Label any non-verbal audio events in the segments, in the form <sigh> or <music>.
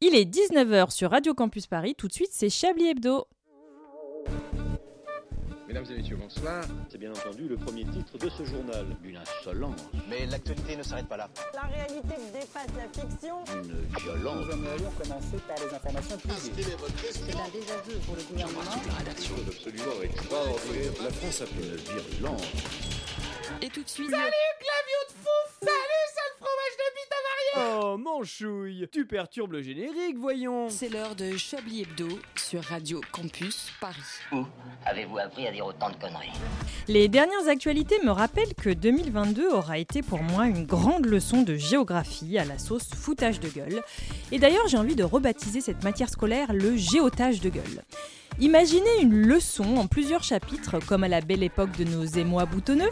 Il est 19h sur Radio Campus Paris. Tout de suite, c'est Chablis Hebdo. Mesdames et messieurs, bonsoir. C'est bien entendu le premier titre de ce journal. Une insolence, Mais l'actualité ne s'arrête pas là. La réalité dépasse la fiction. une violence. Nous aimerions commencer par les informations privées. Et tout de suite. Oh, mon chouille Tu perturbes le générique, voyons C'est l'heure de Chablis Hebdo sur Radio Campus Paris. Avez-vous appris à dire autant de conneries Les dernières actualités me rappellent que 2022 aura été pour moi une grande leçon de géographie à la sauce foutage de gueule. Et d'ailleurs, j'ai envie de rebaptiser cette matière scolaire le géotage de gueule. Imaginez une leçon en plusieurs chapitres, comme à la belle époque de nos émois boutonneux,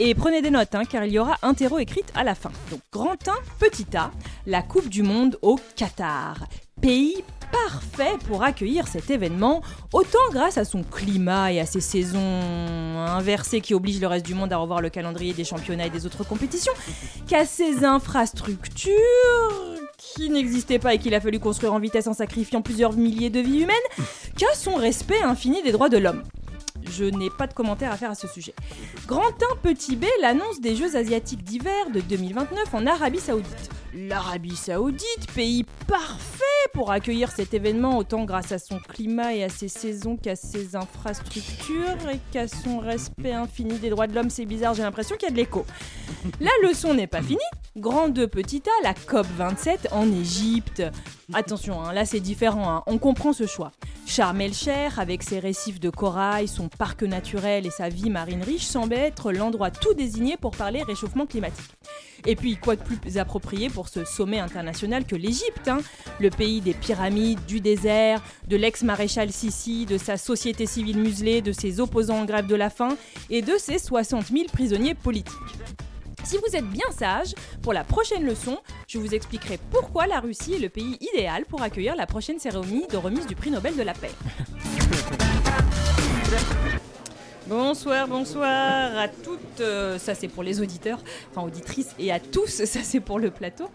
et prenez des notes, hein, car il y aura interro écrite à la fin. Donc, grand 1, petit a, la Coupe du Monde au Qatar. Pays parfait pour accueillir cet événement Autant grâce à son climat et à ses saisons inversées qui obligent le reste du monde à revoir le calendrier des championnats et des autres compétitions, qu'à ses infrastructures qui n'existaient pas et qu'il a fallu construire en vitesse en sacrifiant plusieurs milliers de vies humaines, qu'à son respect infini des droits de l'homme. Je n'ai pas de commentaire à faire à ce sujet. Grand 1 petit B, l'annonce des Jeux asiatiques d'hiver de 2029 en Arabie Saoudite. L'Arabie Saoudite, pays parfait pour accueillir cet événement, autant grâce à son climat et à ses saisons qu'à ses infrastructures et qu'à son respect infini des droits de l'homme. C'est bizarre, j'ai l'impression qu'il y a de l'écho. La leçon n'est pas finie. Grand 2 petit A, la COP27 en Égypte. Attention, hein, là c'est différent, hein, on comprend ce choix. Sharm el-Cher, avec ses récifs de corail, son parc naturel et sa vie marine riche, semble être l'endroit tout désigné pour parler réchauffement climatique. Et puis, quoi de plus approprié pour ce sommet international que l'Égypte hein, Le pays des pyramides, du désert, de l'ex-maréchal Sissi, de sa société civile muselée, de ses opposants en grève de la faim et de ses 60 000 prisonniers politiques. Si vous êtes bien sage, pour la prochaine leçon, je vous expliquerai pourquoi la Russie est le pays idéal pour accueillir la prochaine cérémonie de remise du prix Nobel de la paix. Bonsoir, bonsoir à toutes, euh, ça c'est pour les auditeurs, enfin auditrices, et à tous, <laughs> ça c'est pour le plateau.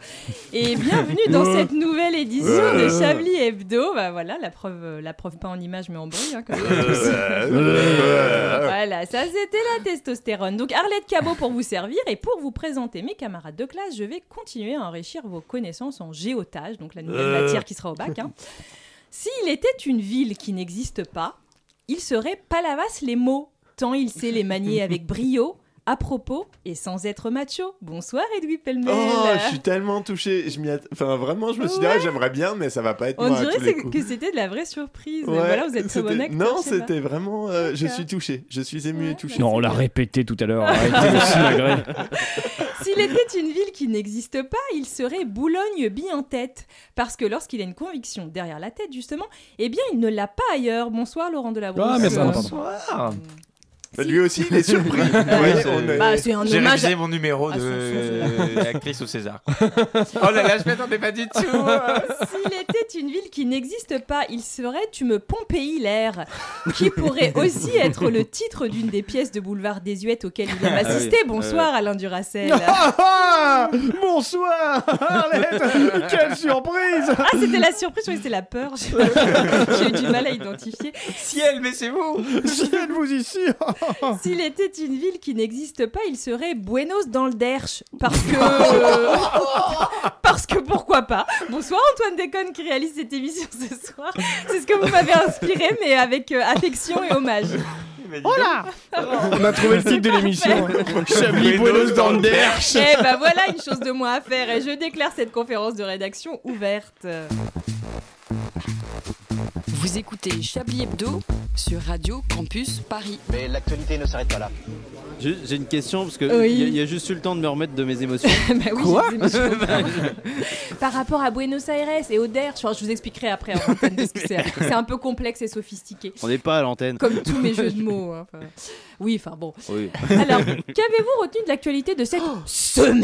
Et bienvenue dans cette nouvelle édition de Chablis Hebdo. Bah voilà, la preuve, euh, la preuve pas en image mais en bruit. hein, comme <laughs> voilà, ça c'était la testostérone. Donc Arlette Cabot pour vous servir et pour vous présenter mes camarades de classe, je vais continuer à enrichir vos connaissances en géotage, donc la nouvelle matière qui sera au bac. hein. S'il était une ville qui n'existe pas, il serait Palavas les mots, tant il sait les manier <laughs> avec brio, à propos et sans être macho. Bonsoir Edoui Pellemel. Oh, je suis tellement touché. Je m'y att- Enfin, vraiment, je me suis dit, ah, j'aimerais bien, mais ça va pas être On moi à dirait tous les c'est- coups. que c'était de la vraie surprise. Ouais, voilà, vous êtes très bon c'était- acteur, Non, je sais pas. c'était vraiment. euh, je D'accord. suis touché. Je suis ému Ouais, et touché. bah, Non, on l'a répété tout à l'heure. Arrêtez de s'imagrer. S'il était une ville qui n'existe pas, il serait Boulogne bien en tête. Parce que lorsqu'il a une conviction derrière la tête, justement, eh bien, il ne l'a pas ailleurs. Bonsoir, Laurent Delabrousse. Ah, merci, Euh, pardon. Mm. Bah, Si. Lui aussi, il est <laughs> surpris. Vous voyez, c'est- on est- Bah, c'est un J'ai hommage. révisé mon numéro à de son <laughs> euh, actrice au César. <laughs> oh là là, je m'attendais pas du tout. S'il était une ville qui n'existe pas, il serait Tu me Pompéi l'air, qui pourrait aussi être le titre d'une des pièces de boulevard désuète auxquelles il aime assister. Bonsoir, Alain Duracel. Ah, ah Bonsoir Arlette Quelle surprise Ah, c'était la surprise, oui, c'était la peur. je sais pas. J'ai eu du mal à identifier. Ciel, mais c'est vous. Êtes-vous ici S'il était une ville qui n'existe pas, il serait Buenos dans le Derche. Parce que. parce que pourquoi pas Bonsoir Antoine Déconne qui réalise cette émission ce soir. C'est ce que vous m'avez inspiré, mais avec euh, affection et hommage. Oh On a trouvé le titre de l'émission. Chablis Buenos dans le derche. <laughs> Eh ben voilà une chose de moins à faire et je déclare cette conférence de rédaction ouverte. Euh, Vous écoutez Chablis Hebdo sur Radio Campus Paris. Mais l'actualité ne s'arrête pas là. J'ai j'ai une question parce que Oui. il y a- il y, a juste eu le temps de me remettre de mes émotions. <laughs> Bah Bah oui, je vous <laughs> ai mis sur- Par rapport à Buenos Aires et au Derche, enfin, je vous expliquerai après en antenne parce que <laughs> c'est c'est un peu complexe et sophistiqué. On n'est pas à l'antenne. Comme tous mes <laughs> jeux de mots. hein, enfin. Oui, enfin bon. Oui. Alors, qu'avez-vous retenu de l'actualité de cette semaine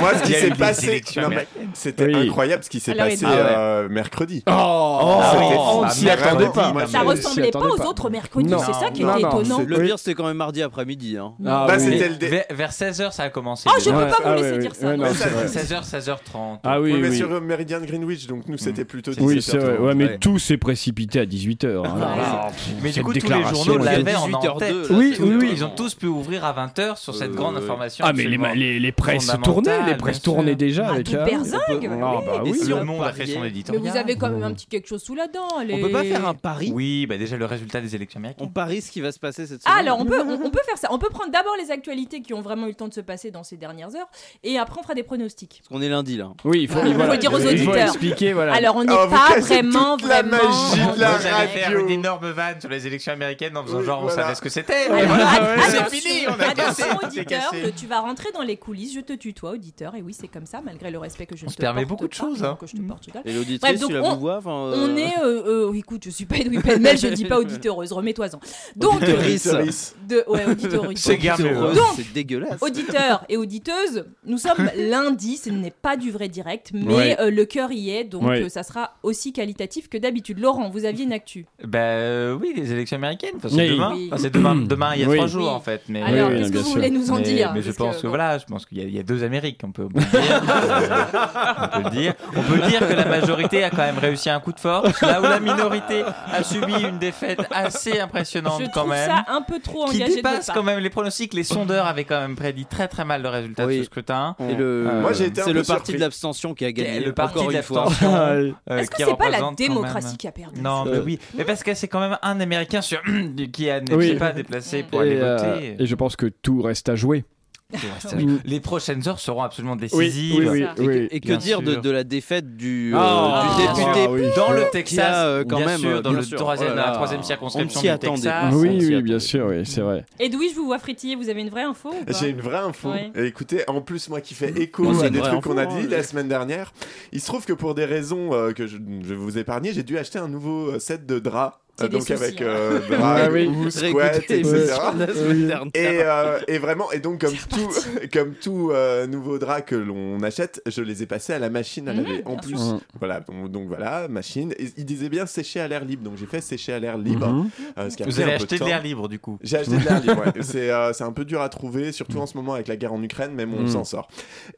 Moi, ce Il qui y a eu s'est des passé. élections Non, mais C'était Oui. incroyable ce qui s'est Alors, passé il Ah est- euh, mercredi. Oh, C'était- on Ah, s'y attendait mercredi, pas. moi, Ça je- ressemblait s'y pas attendait aux pas. autres mercredis, Non, c'est ça qui non, était non, étonnant. c'est- Le Oui. pire, c'est quand même mardi midi. Hein. Ah, Bah, oui. c'était Mais le dé- vers, vers 16h, ça a commencé. Oh, je déjà. peux pas Ouais, vous ah, laisser ouais, dire ouais, ça. ouais, non. non, Ça, c'est vrai. 16h, 16h30. Ah oui, Oui, mais oui. sur euh, Meridian Greenwich, donc nous Mm. c'était plutôt. Oui, 17 c'est vrai. heures. Ouais, mais Ouais. tout s'est précipité à hein. 18h. Ah, Mais du Cette coup, tous les déclaration, journaux elle est- l'avaient en 18 heures en-tête. deux, là, Oui, Tous- oui, oui. Ils ont tous pu ouvrir à 20h sur cette Euh, grande oui. information. Ah, mais les, absolument. les, les presses Fondamentale, tournaient, les bien presses sûr. tournaient déjà. Ah, avec, tout euh, berzingue, bah Ah, oui. bah Et oui. si là. le monde a fait son Mais éditorial. vous avez quand même un petit quelque chose sous la dent. On les- peut pas faire un pari Oui, bah déjà le résultat des élections américaines. On parie ce qui va se passer cette semaine. Ah, alors on peut, on, on peut faire ça. On peut prendre d'abord les actualités qui ont vraiment eu le temps de se passer dans ces dernières heures, et après on fera des pronostics. Parce qu'on est lundi là. Oui, il faut, il- Faut voilà, dire aux Il faut auditeurs. expliquer, voilà. <laughs> Alors on n'est Ah, vous pas cassez vraiment toute la vraiment. magie de la Moi, Ouais. j'allais <laughs> faire radio. une énorme vanne sur les élections américaines en faisant Oui, genre on voilà. savait ce que c'était. mais Alors, voilà. Ah, att- c'est Ah, attention, fini, on a attention, cassé, c'est auditeur, cassé. que tu vas rentrer dans les coulisses, je te tutoie, auditeur, et oui, c'est comme ça, malgré le respect que je On ne se te permet porte beaucoup de pas, choses, hein. que je te porte, je te- Et Bref, l'auditrice, donc, tu la on- vouvoie, enfin, euh, On est, euh, euh, écoute, je suis pas Edoui Penmel, je dis pas auditeureuse, remets-toi-en. Donc, Auditeurice. Cerise. de, ouais, auditeureuse. C'est Auditeureux, garmeux. Donc- C'est dégueulasse. Auditeurs et auditeuses, nous <laughs> sommes lundi, ce n'est pas du vrai direct, mais Ouais. euh, le cœur y est, donc Ouais. euh, ça sera aussi qualitatif que d'habitude. Laurent, vous aviez une actu. Bah euh, oui, les élections américaines. Enfin, c'est Oui. demain. Oui. Enfin, c'est demain. Demain, il y a Oui. trois jours Oui. en fait. Mais Alors, oui, qu'est-ce que bien vous sûr. voulez nous en mais, dire mais je Parce pense que, bon. voilà, je pense qu'il y, a- il y a deux Amériques, on peut, on peut <laughs> le dire. Euh, on peut le dire. On peut dire que la majorité a quand même réussi un coup de force, là où la minorité a subi une défaite assez impressionnante Je quand trouve même. ça un peu trop qui engagé de dépasse votre quand part. même les pronostics. Les sondeurs avaient quand même prédit très très mal le résultat Oui. de ce scrutin. Et le... Euh, Moi, j'ai été un C'est peu le parti surpris. de l'abstention qui a gagné. Le parti encore de une fois. l'abstention, Ah, euh, Est-ce que qui c'est pas la représente quand démocratie même- qui a perdu Non, mais Euh. oui. Mais parce que c'est quand même un Américain sur <clears throat> qui a- ne Oui. s'est pas déplacé pour aller Et, euh, voter. et je pense que tout reste à jouer. Tout reste à jouer. Les prochaines heures seront absolument décisives. oui, oui, ça. <laughs> oui. Et que Bien dire de, sûr. de la défaite du, euh, Ah, du bien député sûr, oui. Dans le Qui Texas, qui a, euh, quand bien même sûr, euh, dans bien le sûr. troisième, Oh là là. la troisième circonscription On s'y du attendait. Ah, Texas. Ah, oui, on s'y oui, attendait. bien sûr, oui, c'est vrai. Edoui, je vous vois frétiller, vous avez une vraie info ou pas J'ai une vraie info. Ouais. Et écoutez, en plus, moi qui fais écho Moi, c'est à une des vraie trucs qu'on a info, dit hein, la mais- semaine dernière, il se trouve que pour des raisons euh, que je je vais vous épargner, j'ai dû acheter un nouveau euh, set de draps. C'est euh, des donc soucis, avec hein. euh, Ah draps, Ouais, Ah, oui. housse, couette, Réécouter <laughs> etc. l'émission de la semaine dernière. Et, euh, et vraiment, et donc comme tout, <laughs> comme tout euh, nouveau drap que l'on achète, je les ai passés à la machine à Mhm, laver. en bien plus, sûr. voilà, donc, donc voilà, machine. Et il disait bien sécher à l'air libre, donc j'ai fait sécher à l'air libre. Mhm. euh, ce qui a Vous pris avez un peu acheté de temps. l'air libre du coup. J'ai acheté de l'air <laughs> libre, ouais. c'est euh, c'est un peu dur à trouver, surtout Mm. en ce moment avec la guerre en Ukraine, mais bon, on Mm. s'en sort.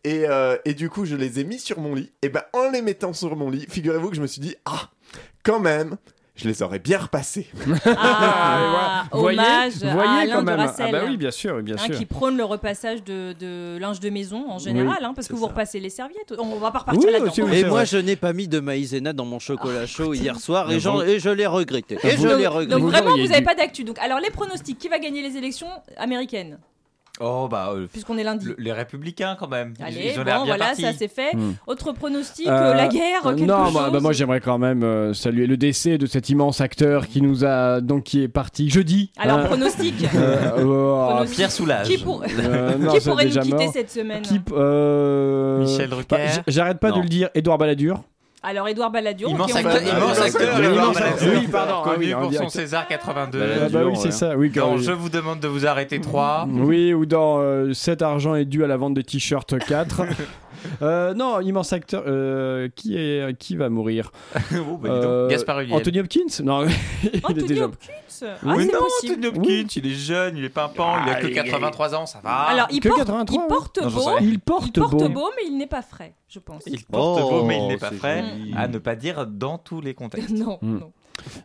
Et, euh, et du coup, je les ai mis sur mon lit. Et ben, en les mettant sur mon lit, figurez-vous que je me suis dit, ah, quand même, je les aurais bien repassés. <laughs> Ah, Voyez, hommage à voyez Alain quand même. Duracell, Ah bah oui, bien sûr, bien hein, sûr. qui prône le repassage de, de linge de maison en général, hein, parce que c'est vous ça. repassez les serviettes. On va pas repartir Oui, aussi, là-dedans. oui. Et euh, c'est moi, vrai. Ah, je n'ai pas mis de maïzena dans mon chocolat chaud hier soir Mais et, j'en- vous- et je l'ai regretté. Et je Donc, l'ai donc regretté. Vous vraiment, auriez vous n'avez dû. pas d'actu. Donc, alors les pronostics, qui va gagner les élections américaines Oh bah euh, Puisqu'on est lundi. le- les républicains quand même. Ils- Allez, ils ont l'air bon, bien voilà, partis. ça c'est fait. Hmm. Autre pronostic, Euh, euh, la guerre, quelque non, chose. bah, bah, moi j'aimerais quand même euh, saluer le décès de cet immense acteur qui nous a donc qui est parti jeudi. Alors, hein. pronostic. Euh, oh, pronostic. Pierre <laughs> Soulages. Qui, pour- euh, non, qui c'est pourrait nous déjà quitter mort. cette semaine Qui, euh, Michel Drucker. bah, j- J'arrête pas Non. de le dire. Édouard Balladur. Alors, Édouard Balladur. ok, Immense on acteur, peut- immense Ah, acteur, oui, Laurent immense Balladur, acteur. Oui, pardon, ah oui, Connu en pour son direct. César 82. Ah bah Balladur, oui, c'est ouais. ça. Oui, Euh, Dans quand- Je vous demande de vous arrêter 3. Oui, ou dans euh, Cet argent est dû à la vente de t-shirts <laughs> 4. Euh, non, immense acteur. euh, qui, est, qui va mourir <laughs> oh, bah, dis donc. Euh, Gaspard Ulliel. Anthony Hopkins Non, il est Anthony déjà. Hopkins. Ah, Mais c'est non, possible. Anthony Hopkins, il est jeune, il est pimpant, il a que 83 ans, ça va. Ah. Alors, il <laughs> que porte, 83, il oui. porte Non, j'en sais beau. rien. hein. Il Il porte, porte bon. beau, mais il n'est pas frais, je pense. il porte Oh, beau, mais il n'est pas c'est frais. joli. À ne pas dire dans tous les <laughs> contextes. non, Hmm. non.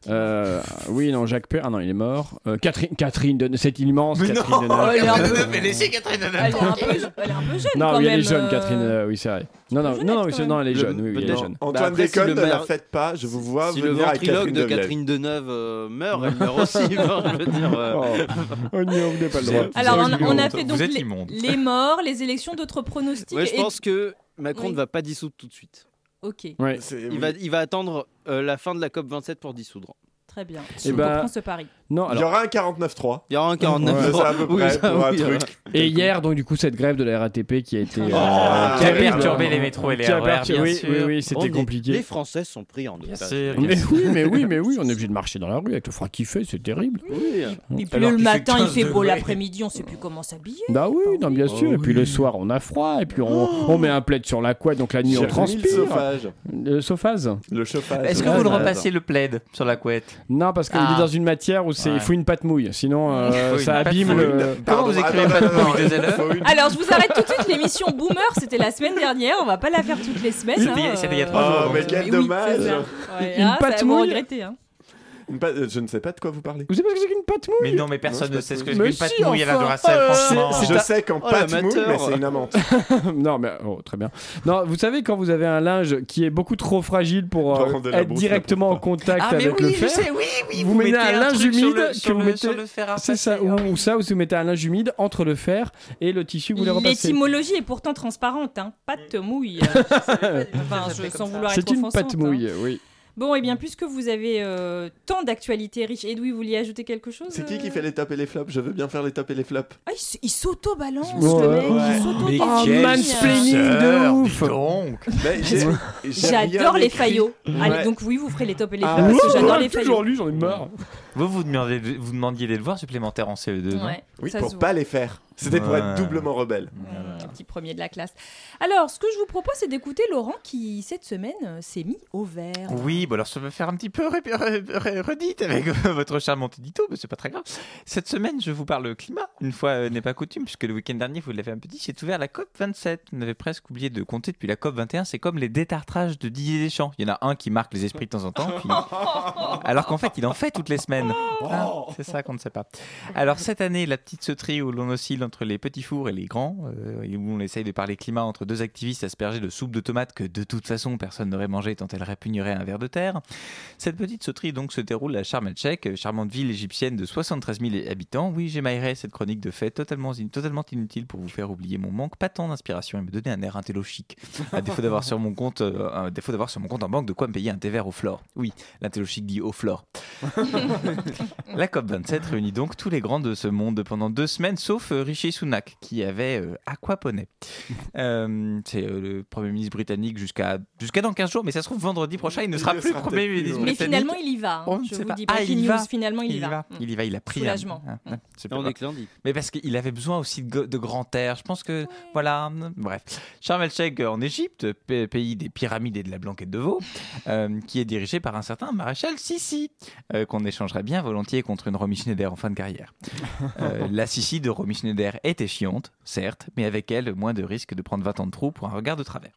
Euh, oui, non, Jacques Perrin. Ah non, il est mort. Euh, Catherine, Catherine de cette immense Mais non, Catherine de Oh, elle est un <laughs> peu- Catherine mais laissez Catherine Elle Deneuve est un peu, tranquille. elle est un peu jeune Non, quand oui, même. elle est jeune, euh, Catherine. euh, oui, c'est vrai. Non, non, jeune, non, non, quand c'est- même. non, elle est Le- jeune. Oui, oui, elle est non. jeune. Antoine Bah après, si Déconne, le ne la maire- faites pas, je vous vois Si le venir avec ventriloque Catherine de Deneuve. Catherine Deneuve euh, meurt, elle meurt aussi. <laughs> enfin, je veux dire, euh, Oh, on n'y on n'est pas le Vous droit. êtes- Alors, vous on a, êtes on a immonde. fait Vous donc êtes les, immonde. les morts, les élections, d'autres pronostics. ouais, je et- pense que Macron Oui. ne va pas dissoudre tout de suite. Ok, Ouais. C'est- Il va, il va attendre euh, la fin de la COP27 pour dissoudre. très bien. Eh Je ben- comprends ce pari. Non, Il y alors, aura un 49.3. Il y aura un 49 C'est jours. à peu <laughs> Oui, euh, près ça, pour un oui, truc. et hier, donc, du coup, cette grève de la RATP qui a été. Oh, euh, Qui a terrible. perturbé les métros et les Qui a RER, perturbé- bien oui, sûr. Oui, oui, On est- c'était compliqué. Les Français sont pris en Bien otage. sûr. Mais oui, mais oui, mais oui, on est obligé de marcher dans la rue avec le froid qui fait, c'est terrible. Oui. Il pleut Alors le qu'il fait matin, il 15 fait beau degrés. l'après-midi, on sait plus comment s'habiller. Bah oui, non, bien Oh sûr. Et puis oui. le soir, on a froid, et puis on, Oh on met un plaid sur la couette, donc la nuit, J'ai on remis Le transpire. chauffage. Le chauffage Le chauffage. Est-ce que Ah, vous le ça- repassez le plaid sur la couette Non, parce qu'il Ah. est dans une matière où c'est Ouais. il faut une patte mouille, sinon euh, Faut une ça patte abîme mouille. le. Comment vous écrivez attends, pas de attends, mouille, attends, désolé. faut une- Alors, je vous arrête tout de suite. L'émission Boomer, c'était la semaine dernière. On va pas la faire toutes les semaines. C'était- hein, c'était il y a euh, trois jours, euh, mais quel oui, dommage. c'est ça. Ouais, Une ah, patte ça, vous mouille. regrettez, hein. une pa- Je ne sais pas de quoi vous parlez. Vous savez ce que c'est qu'une patte mouille Mais non, mais personne Non, ne c'est sait ce pas que possible. c'est une pâte Mais si, mouille à la enfin, Duracell, euh, franchement. c'est- Je ta- sais qu'en Oh, pâte l'amateur. mouille, mais c'est une amante. <laughs> Non, mais oh, très bien. Non, vous savez quand vous avez un linge qui est beaucoup trop fragile pour euh, Genre de la être brousse, directement n'importe en contact Ah, mais avec oui, le je fer. sais, oui, oui. Vous mettez un linge truc sur humide le- que sur vous le- sur mettez- le fer à C'est ça, passer. ou, ou ça, ou si vous mettez un linge humide entre le fer et le tissu que vous voulez repasser. L'étymologie est pourtant transparente. Hein. Pâte <laughs> mouille. Enfin, je- sans vouloir C'est être une offensante, pâte hein. mouille, oui. Bon, et bien, puisque vous avez euh, tant d'actualités riches, Edoui, vous vouliez ajouter quelque chose C'est qui euh qui fait les tops et les flops Je veux bien faire les tops et les flops. Ah, il s- il s'auto-balance, Ouais, le mec. ouais. Il sauto Mais Oh, quel mansplaining de suceur, ouf dis donc. <laughs> Mais Bah, j'ai- j'ai J'adore rien les écrit. faillots. Allez, Ouais. donc oui, vous ferez les tops et les Ah, flops, parce que Ouh, j'adore les j'ai toujours faillots. lu, j'en ai marre. Vous, vous demandez, vous demandiez des devoirs supplémentaires en CE2, non Ouais, Oui, ça se pour voit. pas les faire. C'était pour être Ouais. doublement rebelle. Mmh, Un petit premier de la classe. Alors, ce que je vous propose, c'est d'écouter Laurent qui, cette semaine, euh, s'est mis au vert. Oui, bon alors ça va faire un petit peu ré- ré- ré- redite avec <laughs> votre charmant édito, mais c'est pas très grave. Cette semaine, je vous parle climat. Une fois euh, n'est pas coutume, puisque le week-end dernier, vous l'avez un petit, c'est ouvert la COP 27. On avait presque oublié de compter depuis la COP 21. C'est comme les détartrages de Didier Deschamps. Il y en a un qui marque les esprits de temps en temps, puis- alors qu'en fait, il en fait toutes les semaines. Ah, c'est ça qu'on ne sait pas. Alors cette année, la petite sauterie où l'on oscille entre les petits fours et les grands, euh, et où on essaye de parler climat entre deux activistes aspergés de soupe de tomates que de toute façon personne n'aurait mangé tant elle répugnerait un verre de terre. Cette petite sauterie donc se déroule à Sharm el-Sheikh, charmante ville égyptienne de 73 000 habitants. Oui, j'émaillerai cette chronique de fait totalement, in- totalement inutile pour vous faire oublier mon manque, pas tant d'inspiration et me donner un air intello chic, à défaut Ah, d'avoir sur mon compte, euh, à défaut d'avoir sur mon compte en banque de quoi me payer un thé vert au flore. Oui, l'intello chic dit au <laughs> flore. La COP27 réunit donc tous les grands de ce monde pendant deux semaines, sauf euh, Rishi Sunak, qui avait euh, aquaponé. <laughs> Euh, c'est euh, le Premier ministre britannique jusqu'à jusqu'à dans 15 jours, mais ça se trouve vendredi prochain, il ne sera ne plus sera Premier peut-être plus, ministre ouais. Mais britannique. finalement, il y va. hein. On ne Je sait vous pas. dis Ah, breaking il y news, va. finalement, il, y va. Mmh. il y va, il a pris. un- Soulagement. un- un- hein, c'est pas On Bah, grave. est que lundi. Mais parce qu'il avait besoin aussi de, go- de grand air. Je pense que, voilà, hum, bref. Sharm el-Sheikh euh, en Égypte, p- pays des pyramides et de la blanquette de veau, euh, qui est dirigé par un certain maréchal Sissi, euh, qu'on échangerait bien volontiers contre une Romy Schneider en fin de carrière. Euh, la Sissi de Romy Schneider était chiante, certes, mais avec elle, moins de risque de prendre 20 ans de trou pour un regard de travers.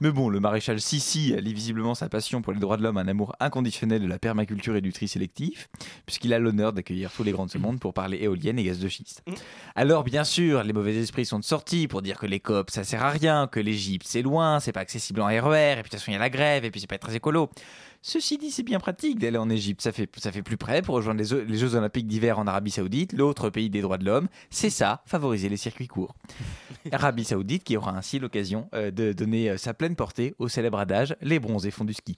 Mais bon, le maréchal Sissi allie visiblement sa passion pour les droits de l'homme à un amour inconditionnel de la permaculture et du tri sélectif, puisqu'il a l'honneur d'accueillir tous les grands de ce monde pour parler éolienne et gaz de schiste. Alors bien sûr, les mauvais esprits sont de sortie pour dire que les COP ça sert à rien, que l'Égypte c'est loin, c'est pas accessible en RER, et puis de toute façon il y a la grève, et puis c'est pas très écolo. Ceci dit, c'est bien pratique d'aller en Égypte, ça fait, ça fait plus près pour rejoindre les, les Jeux Olympiques d'hiver en Arabie Saoudite, l'autre pays des droits de l'homme, c'est ça, favoriser les circuits courts. Arabie Saoudite qui aura ainsi l'occasion euh, de donner euh, sa pleine portée au célèbre adage les bronzés font du ski.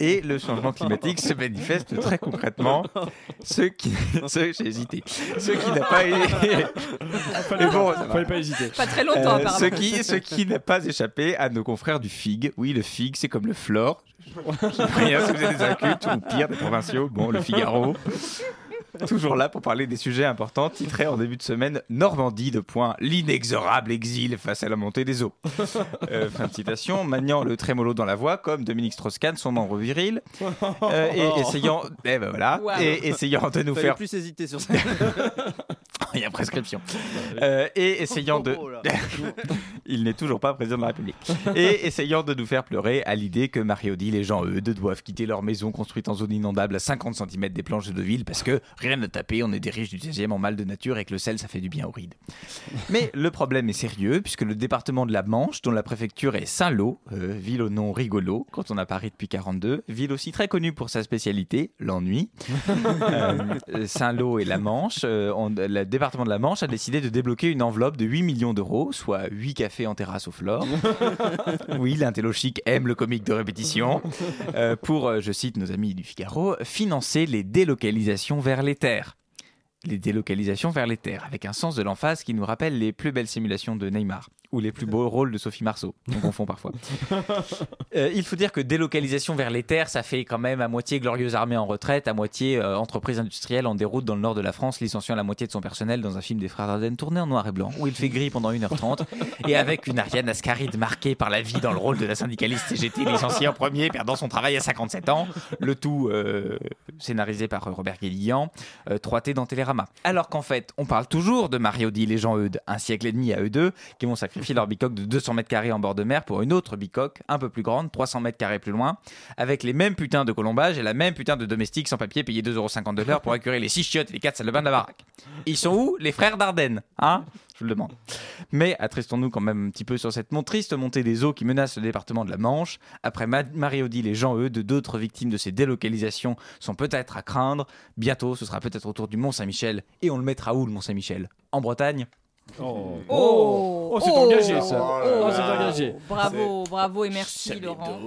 Et le changement climatique se manifeste très concrètement. Ce qui. ce- J'ai hésité. Ce qui n'a pas. Mais bon, ça va. Fallait pas hésiter. Pas très longtemps, Euh, apparemment. ce qui, ce qui n'a pas échappé à nos confrères du FIG. Oui, le FIG, c'est comme le FLOR. Je sais rien si vous êtes des incultes ou pire, des provinciaux. Bon, le Figaro. Toujours là pour parler des sujets importants, titré en début de semaine Normandie de point l'inexorable exil face à la montée des eaux. <laughs> Euh, fin de citation, maniant le trémolo dans la voix comme Dominique Strauss-Kahn, son membre viril, euh, <laughs> et essayant, eh ben voilà, Wow. et essayant de nous Fallait faire plus hésiter sur ça. <laughs> <laughs> il y a prescription. Euh, et essayant de. Oh, oh, là. <laughs> Il n'est toujours pas président de la République. Et essayant de nous faire pleurer à l'idée que Mario dit les gens, eux, de doivent quitter leur maison construite en zone inondable à 50 cm des planches de ville parce que rien à taper, on est des riches du 16e en mal de nature et que le sel, ça fait du bien aux rides. Mais le problème est sérieux puisque le département de la Manche, dont la préfecture est Saint-Lô, euh, ville au nom rigolo, quand on a Paris depuis 42, ville aussi très connue pour sa spécialité, l'ennui, euh, Saint-Lô et la Manche, euh, on- le département de la Manche a décidé de débloquer une enveloppe de 8 millions d'euros, soit 8 cafés en terrasse au flore. oui, l'intello chic aime le comique de répétition. Euh, pour, euh, je cite nos amis du Figaro, financer les délocalisations vers les terres. Les délocalisations vers les terres, avec un sens de l'emphase qui nous rappelle les plus belles simulations de Neymar. ou les plus beaux rôles de Sophie Marceau. On confond parfois. Euh, il faut dire que délocalisation vers les terres, ça fait quand même à moitié glorieuse armée en retraite, à moitié euh, entreprise industrielle en déroute dans le nord de la France, licenciant la moitié de son personnel dans un film des frères Dardenne tourné en noir et blanc, où il fait gris pendant 1h30, et avec une Ariane Ascaride marquée par la vie dans le rôle de la syndicaliste CGT licenciée en premier, perdant son travail à 57 ans, le tout euh, scénarisé par Robert Guédillan, euh, 3T dans Télérama. Alors qu'en fait, on parle toujours de Mario Odile et Jean Eudes, un siècle et demi à eux deux, qui vont sacrifier leur bicoque de 200 mètres carrés en bord de mer pour une autre bicoque, un peu plus grande, 300 mètres carrés plus loin, avec les mêmes putains de colombages et la même putain de domestique sans papier payé 2,50€ de l'heure pour accueillir les 6 chiottes et les 4 salles de bain de la baraque. Ils sont où Les frères Dardenne Hein Je vous le demande. Mais attristons-nous quand même un petit peu sur cette mon- triste montée des eaux qui menace le département de la Manche. Après Ma- Marie-Odile et Jean Eudes, d'autres victimes de ces délocalisations sont peut-être à craindre. Bientôt, ce sera peut-être autour du Mont-Saint-Michel. Et on le mettra où le Mont-Saint-Michel En Bretagne Oh. Oh, Oh, c'est engagé, ça. Oh, c'est engagé. Bravo, bravo et merci Laurent.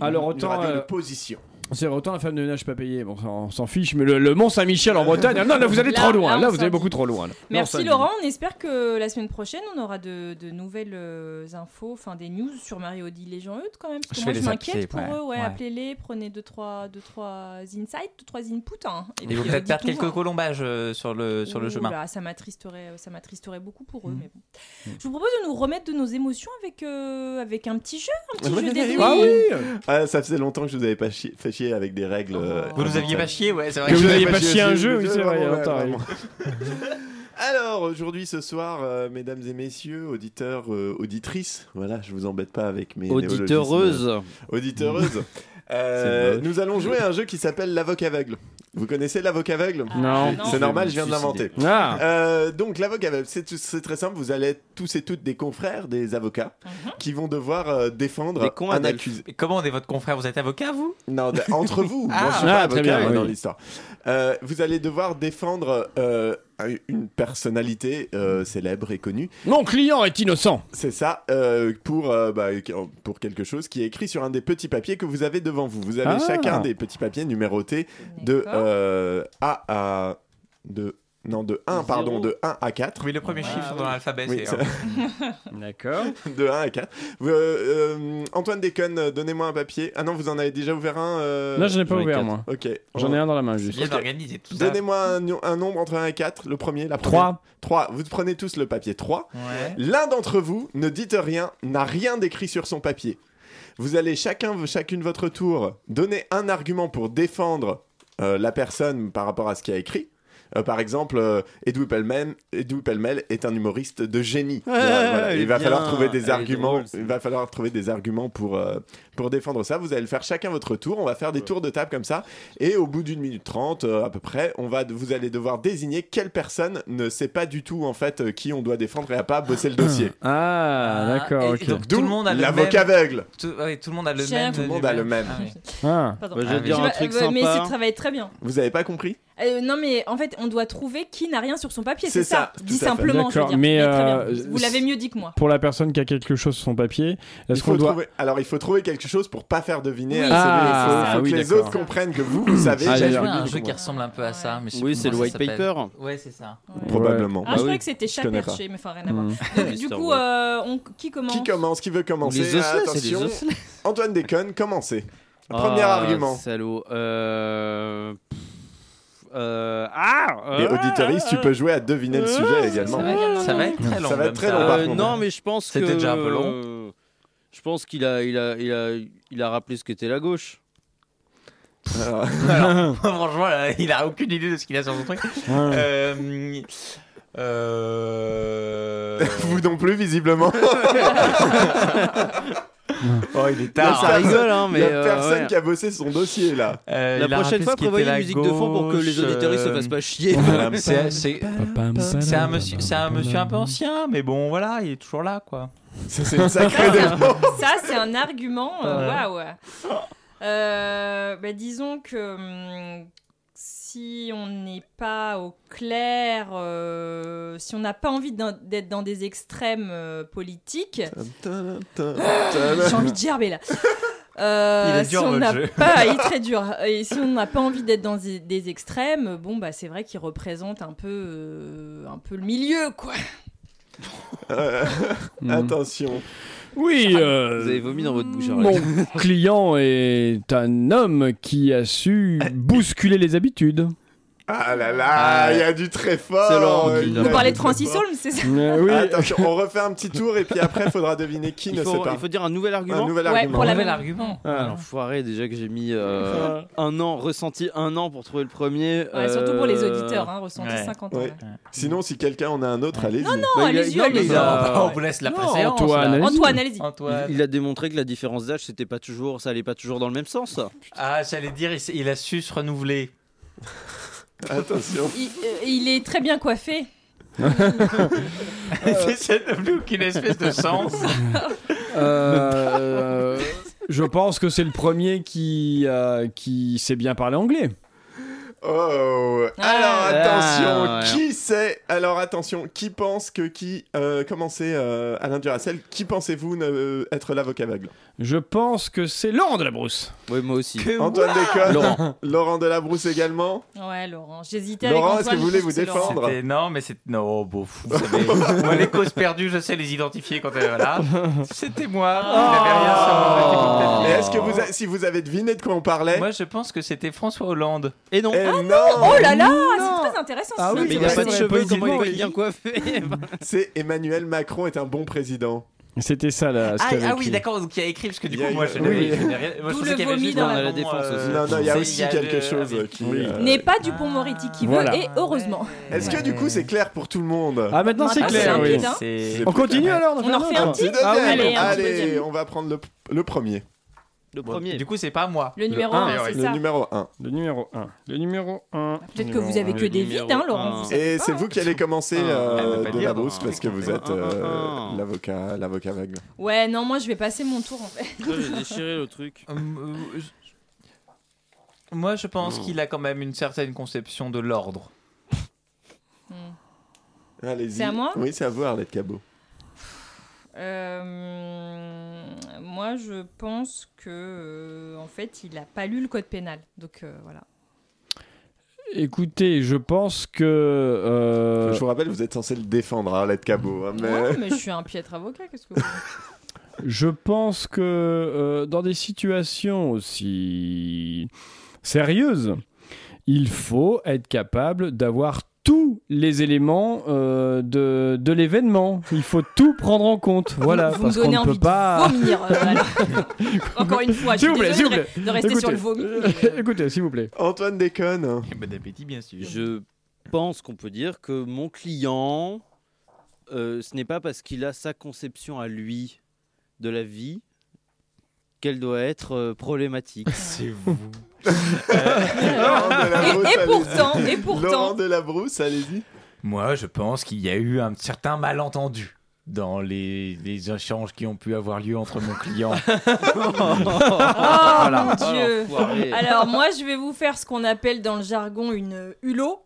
Alors, autant, de euh, position. C'est autant la femme de ménage pas payée, bon, ça, on s'en fiche, mais le, le Mont Saint-Michel en Bretagne, ah non, là vous allez Là, trop loin, là, on là, vous allez s'en dit. beaucoup trop loin. là. Non, Merci ça- Laurent, on espère que la semaine prochaine on aura de, de nouvelles euh, infos, enfin des news sur Mario Odile et Jean Eudes quand même. Parce que Je moi vais je les m'inquiète appeler, pour ouais, eux, ouais, ouais. appelez-les, prenez 2-3 deux, trois, deux, trois insights, 2-3 inputs. hein, et Ils puis, vont euh, peut-être perdre dites-nous, quelques hein. colombages euh, sur le, sur le Ouh chemin. Mm. là, ça m'attristerait, ça m'attristerait beaucoup pour eux. Mais bon. Je vous propose de nous remettre de nos émotions avec euh, avec un petit jeu, un petit Ouais, jeu ouais, des ouais, douilles. Ah, ça faisait longtemps que je vous avais pas chier- fait chier avec des règles. Oh. euh, Vous nous aviez pas chier, ouais, c'est vrai. Que que- vous Je n'aviez l'ai pas chié un jeu, je- oui, c'est vrai, vraiment, hein, t'as vraiment. <laughs> Alors, aujourd'hui, ce soir, euh, mesdames et messieurs, auditeurs, euh, auditrices, voilà, je vous embête pas avec mes néologismes. Auditeureuse. <laughs> Auditeureuse. Euh, C'est moche. nous allons jouer à un jeu qui s'appelle l'avocat aveugle. Vous connaissez l'avocat aveugle Ah, Non. C'est normal, je viens de l'inventer. Ah, Euh, donc l'avocat, aveugle, c'est tout- c'est très simple. Vous allez être tous et toutes des confrères, des avocats, qui vont devoir euh, défendre Des cons un Adèle. accusé. Mais Comment on est votre confrère Vous êtes avocat, vous Non, d- <laughs> entre vous. Ah. Moi, je suis pas Ah, très avocat bien, moi, oui. dans l'histoire. Euh, vous allez devoir défendre euh, une personnalité euh, célèbre et connue. mon client est innocent. C'est ça, euh, pour, euh, bah, pour quelque chose qui est écrit sur un des petits papiers que vous avez devant vous. Vous avez Ah. chacun des petits papiers numérotés de D'accord. euh, A à de non de 1 pardon de 1 à 4 Mais le premier chiffre dans l'alphabet, Oui, c'est. D'accord. <laughs> de 1 à 4 Vous, euh, euh, Antoine Déconne euh, donnez-moi un papier ah non vous en avez déjà ouvert un euh, Là, je n'ai pas j'en ai ouvert, quatre. moi. ok Oh. J'en ai un dans la main, C'est juste. bien Ok. organisé tout ça. donnez-moi un, nu- un nombre entre 1 et 4 le premier la première. 3. 3 vous prenez tous le papier 3 Ouais. L'un d'entre vous, ne dites rien, n'a rien décrit sur son papier. Vous allez chacun, chacune votre tour, donner un argument pour défendre euh, la personne par rapport à ce qu'il a écrit. Euh, par exemple, euh, Edoui Pellemel, Edoui Pellemel est un humoriste de génie. Ouais, Voilà, elle Il est va bien, falloir trouver elle des est arguments. drôle, ça. il va falloir trouver des arguments pour euh, pour défendre ça. Vous allez le faire chacun votre tour. On va faire des tours de table comme ça. Et au bout d'une minute trente euh, à peu près, on va vous allez devoir désigner quelle personne ne sait pas du tout en fait euh, qui on doit défendre et a pas bossé le dossier. Ah, d'accord, et- ok. et donc, D'où tout le monde a le l'avocat même. aveugle. Tout, ouais, tout le monde a le Chien. même. Tout le monde a le même. Ah oui. Ah. Pardon. Moi, Bah, je vais Tu dire vas- un truc euh, Mais sympa. c'est travaillé très bien. Vous avez pas compris Euh, non mais en fait on doit trouver qui n'a rien sur son papier, c'est C'est ça. ça, Dis tout à fait. simplement. Je veux D'accord, dire. mais, très bien. euh, vous l'avez mieux dit que moi. Pour la personne qui a quelque chose sur son papier, Il est-ce faut qu'on doit. trouver- Alors il faut trouver quelque chose pour pas faire deviner. Oui, à Ah, celui- il faut- il faut oui, que les d'accord. autres comprennent que vous, vous savez. Ah, J'ai j'ai j'ai joué envie à un de jeu qui comprendre. ressemble un peu à ça. Mais je sais Oui, plus c'est le comment white ça s'appelle. paper. Ouais, c'est ça. Ouais. Probablement. Ah, je Bah croyais oui. que c'était Je chat connais perché, mais enfin rien à voir. Hmm. Donc, <laughs> du Mister coup, Wolf. euh, on- qui commence Qui commence Qui veut Ou commencer les osselets, c'est les Attention. osselets. Antoine Déconne, commencez. Premier Ah, argument. Salaud. Euh... pff, euh, Ah Et euh, auditoriste, tu peux jouer à deviner le sujet également. Ah, Ça va, être- ça va être très long. Ça va être comme très ça. long, par Euh, contre. non, mais je pense que. C'était déjà un peu long. euh, Je pense qu'il a, il a, il a, il a rappelé ce qu'était la gauche. Alors, <laughs> Franchement, là, il a aucune idée de ce qu'il a sur son truc. Euh, <laughs> euh, vous non plus, visiblement. Oh, il est Là, tard. Ah, ça hein. arrive. rigole, hein, mais. Il y a euh, personne ouais. qui a bossé son dossier là. Euh, il a La rappelé prochaine fois, ce qu'était prévoyez une la musique de fond pour que les gauche, auditeurs ils se euh, fassent <laughs> pas chier. C'est c'est- c'est un monsieur, c'est un monsieur un peu ancien, mais bon voilà, il est toujours là quoi. Ça, c'est une sacrée défense. Ça, c'est un argument. euh, Waouh. Euh, bah, disons que hum, si on n'est pas au clair, euh, si on n'a pas envie d'un- d'être dans des extrêmes euh, politiques, Ah bah. j'ai envie de gerber là. Euh, Il est dur, si on votre n'a jeu. pas, il est très dur. Et si on n'a pas envie d'être dans des, des extrêmes, bon bah c'est vrai qu'il représente un peu, euh, un peu le milieu quoi. Euh, Mm. Attention. Ah, Oui, euh, Vous avez vomi dans votre bouche, mon arrête. <laughs> client est un homme qui a su Eh. bousculer les habitudes. Ah là là, Ah, il y a du très fort. c'est Laurent qui il l'a y a fait. Vous du parlez de très Francis fort. Holmes, c'est ça Euh, oui. Attention, Ah, on refait un petit tour et puis après, faudra deviner qui Il ne faut, sait pas. il faut dire un nouvel Un argument. nouvel Ouais, argument. pour la Nouvel même. argument. Ah, Ah, l'enfoiré, déjà que j'ai mis euh, un an, ressenti un an pour trouver le premier. Ouais, Surtout pour les euh, auditeurs, hein, ressenti ouais. 50 ans. Ouais. là. Sinon, si quelqu'un en a un autre, allez-y. Non, Non, Bah, il a- allez-y, non, mais allez-y. il a- Oh, on vous laisse la Non, préséance. Antoine, là. allez-y. Antoine, allez-y. Ah. Antoine. Il a démontré que la différence d'âge, c'était pas toujours, ça allait pas toujours dans le même sens. Ah, j'allais dire, il, s- il a su se renouveler. Attention. Il, euh, il est très bien coiffé. <laughs> C'est ça n'a plus aucune espèce de <laughs> sens. euh, je pense que c'est le premier qui, euh, qui sait bien parler anglais. Oh. Alors Ah, attention, ouais. qui sait Alors attention, qui pense que qui euh, Comment c'est euh, Alain Duracel Qui pensez-vous ne- euh, être l'avocat aveugle Je pense que c'est Laurent de la Brousse. Oui, moi aussi. Antoine Décolle, Laurent. <laughs> Laurent Delabrousse également. Ouais, Laurent, j'hésitais avec Laurent, Antoine. est-ce que vous voulez mais je pense vous que c'est Laurent. défendre C'était- Non, mais c'est. Non, bon, fou, vous savez. moi, les causes perdues, je sais les identifier quand elles. Voilà. C'était moi. Il Ah, avait rien sur moi, j'étais complètement- Et est-ce que vous, a- si vous avez deviné de quoi on parlait Moi, je pense que c'était François Hollande. Et non. Eh non, Oh là là, c'est très intéressant. Ah ce oui, mais il film. n'a c'est pas de vrai, cheveux, comment il politiquement, peut être il- bien coiffé eh ben, C'est Emmanuel Macron est un bon président. C'était ça là. ce Ah, qu'avait ah oui, écrit. d'accord, donc il a écrit, parce que du Il coup, y a- moi, je oui. n'avais- je n'ai rien. Moi, je D'où pensais le qu'il y avait vomi juste dans un la moment, défense euh, aussi. non, non, il y a c'est- aussi quelque le- chose avec- qui. Oui. euh, N'est pas Dupont-Moretti qui Voilà. veut, et heureusement. Est-ce que du coup c'est clair pour tout le monde Ah maintenant c'est Ah, c'est clair. limpide, oui. hein. C'est- On continue alors. On en fait refait un autre Petit petit deuxième. Ah oui, Allez, Allez, un petit deuxième. on va prendre le, le premier, Le Bon, premier. Du coup, c'est pas moi. Le numéro un, 1, c'est le ça. numéro 1. Le numéro 1. Le numéro Euh, 1. Peut-être que vous avez que Le des vides, hein, numéro Laurent. un. vous savez Et pas, c'est hein. vous qui allez commencer Ah, euh, elle veut pas de la dire, brousse non. parce que vous êtes euh, Ah, ah, ah. l'avocat, l'avocat aveugle. Ouais, non, moi je vais passer mon tour en fait. J'ai déchiré le truc. Hum, euh, je- Moi, je pense qu'il a quand même une certaine conception de l'ordre. Hmm. Allez-y. C'est à moi Oui, c'est à vous, Arlette Cabot. Euh, moi je pense que euh, en fait il a pas lu le code pénal. Donc euh, voilà. Écoutez, je pense que. euh, Je vous rappelle, vous êtes censé le défendre, Arlette Cabot. hein, mais... Ouais, mais je suis un piètre avocat, qu'est-ce que vous voulez Je pense que euh, dans des situations aussi sérieuses, il faut être capable d'avoir tous les éléments euh, de, de l'événement. Il faut tout prendre en compte. Voilà, Vous parce me donnez qu'on ne envie peut pas. de vomir. euh, <laughs> voilà. Encore une fois, je suis S'il vous plaît, s'il vous désolée plaît. de, de rester sur le <laughs> vomi. mais, euh, Écoutez, s'il vous plaît. <laughs> <laughs> Antoine déconne. <laughs> <laughs> bon appétit, bien sûr. Je pense qu'on peut dire que mon client, euh, ce n'est pas parce qu'il a sa conception à lui de la vie qu'elle doit être euh, problématique. C'est vous. Laurent Delabrousse, Et, et allez-y. pourtant, et Laurent pourtant, Delabrousse, allez-y. Moi, je pense qu'il y a eu un certain malentendu dans les, les échanges qui ont pu avoir lieu entre mon client. oh Voilà. mon dieu. Oh, l'enfoiré. Alors moi, je vais vous faire ce qu'on appelle dans le jargon une <laughs> hulot.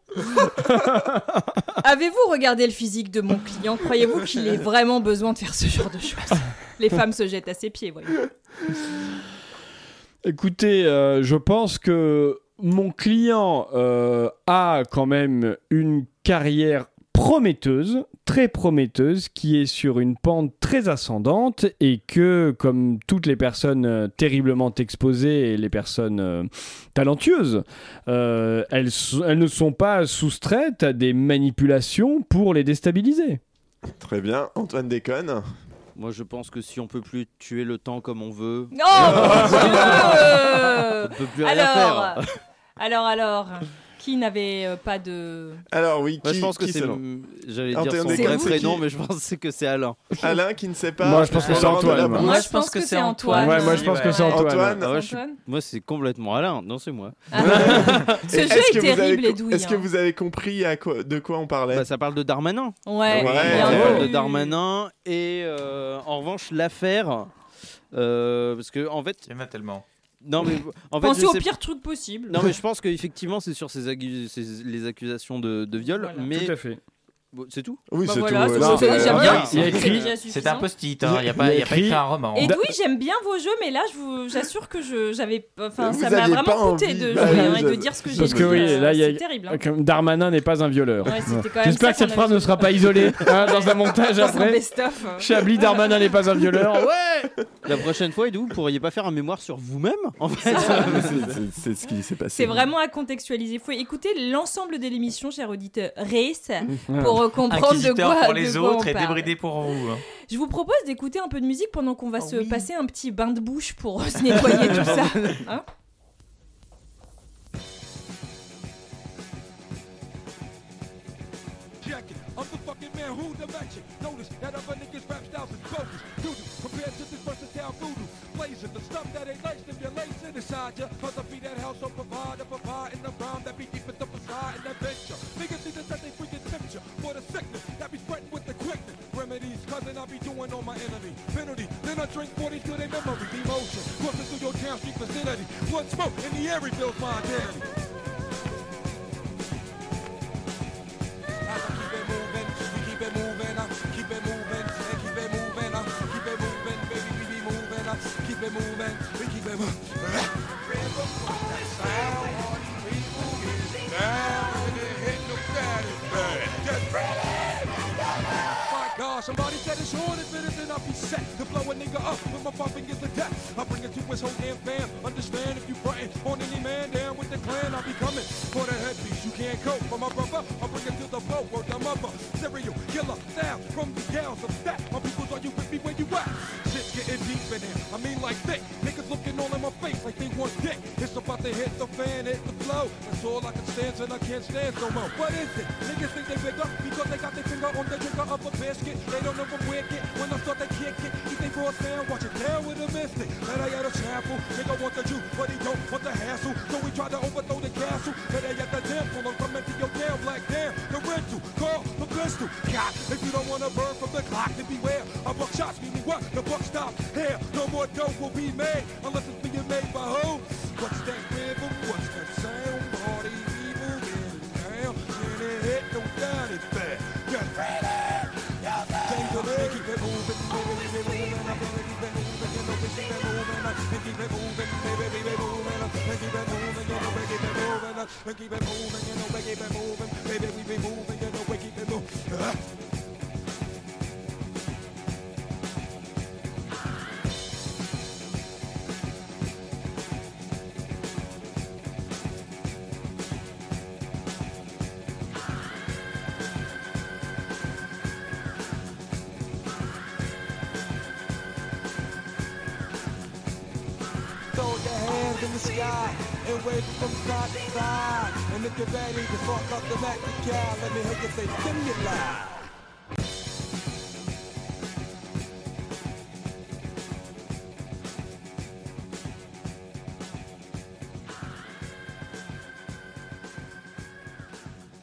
Avez-vous regardé le physique de mon client Croyez-vous qu'il ait vraiment besoin de faire ce genre de choses Les femmes se jettent à ses pieds, voyez. Écoutez, euh, je pense que mon client euh, a quand même une carrière prometteuse, très prometteuse, qui est sur une pente très ascendante et que, comme toutes les personnes euh, terriblement exposées et les personnes euh, talentueuses, euh, elles, so- elles ne sont pas soustraites à des manipulations pour les déstabiliser. Très bien, Antoine déconne. Moi, je pense que si on peut plus tuer le temps comme on veut, Non, mon on dieu peut plus rien faire. Euh, Alors, alors, alors, qui n'avait euh, pas de... Alors oui, qui, Moi, je pense que qui c'est. selon J'allais Ah, dire t'es- son on est vrai con, c'est prénom, qui mais je pense que c'est Alain. Alain qui ne sait pas. Moi, je pense que c'est Laurent Antoine, Delabrousse. moi. je pense que c'est Antoine. Ouais, moi, je pense que c'est Antoine. Antoine. Ah ouais, je suis- Antoine Moi, c'est complètement Alain. Non, c'est moi. Ah. Ce Est-ce jeu est que vous avez terrible et co- douille. Est-ce que hein. vous avez compris à quoi- de quoi on parlait Bah, ça parle de Darmanin. Ouais, Ouais. bien Ça Ouais. parle vu. de Darmanin. Et euh, en revanche, l'affaire. euh, parce que, en fait. <laughs> J'aime tellement. Non, mais. En fait, Pensez je au sais- pire truc possible. Non, mais je pense qu'effectivement, c'est sur ces accu- ces- les accusations de, de viol. Voilà. Mais Tout à fait. Bon, c'est tout Oui, Bah c'est voilà, tout. c'est Non, tout, c'est mais- déjà euh, ouais, bien. il y a C'est écrit- déjà C'est suffisant. un post-it, hein, il n'y a pas, Il y a y a pas écrit écrit- un roman. Et oui, j'aime bien vos jeux, mais là, je vous, j'assure que je, j'avais, enfin, Vous ça m'a aviez pas vraiment coûté envie. de Bah, jouer hein, et de je- dire ce que j'ai Parce dit. que oui, euh, là, il y a- c'est terrible. hein. Comme Darmanin n'est pas un violeur. Ouais, c'était quand même ça J'espère que qu'on cette phrase avait ne sera pas <laughs> isolée hein, dans un montage dans un après. best-of. euh. Chablis Darmanin n'est pas un violeur. La prochaine fois, Edou, vous pourriez pas faire un mémoire sur vous-même En fait, <laughs> mais c'est- c'est- C'est ce qui s'est passé. C'est vraiment à contextualiser. Faut écouter l'ensemble de l'émission, cher auditeur Race, Ouais. pour euh, comprendre de Inquisiteur quoi, pour de les quoi on autres et parle. débridé pour vous. hein. Je vous propose d'écouter un peu de musique pendant qu'on va Oh se oui. passer un petit bain de bouche pour euh, se nettoyer tout ça. Hein uh, uh,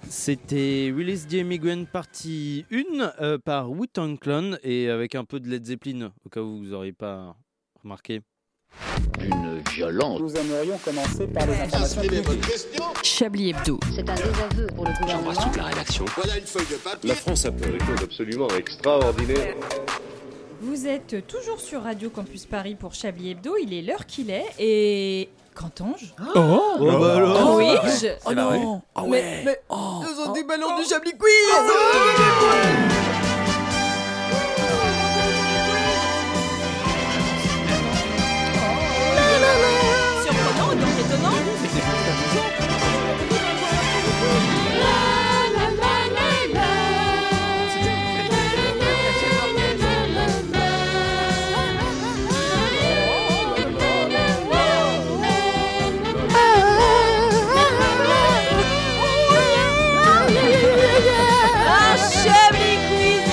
C'était Release the Immigrant Partie 1 euh, par Wu-Tang Clan et avec un peu de Led Zeppelin, au cas où vous n'auriez pas remarqué. D'une violence. Nous aimerions commencer par les Chablis Hebdo. C'est un désaveu pour le gouvernement. La France a fait des choses absolument extraordinaires. Vous êtes toujours sur Radio Campus Paris pour Chablis Hebdo. Il est l'heure qu'il est et qu'entends-je Oh Oh, bah alors Oh, oui, je- C'est la rue. Mais, mais- Nous ont des ballons de Chablis surprenant, donc étonnant. Un Chablis Quiz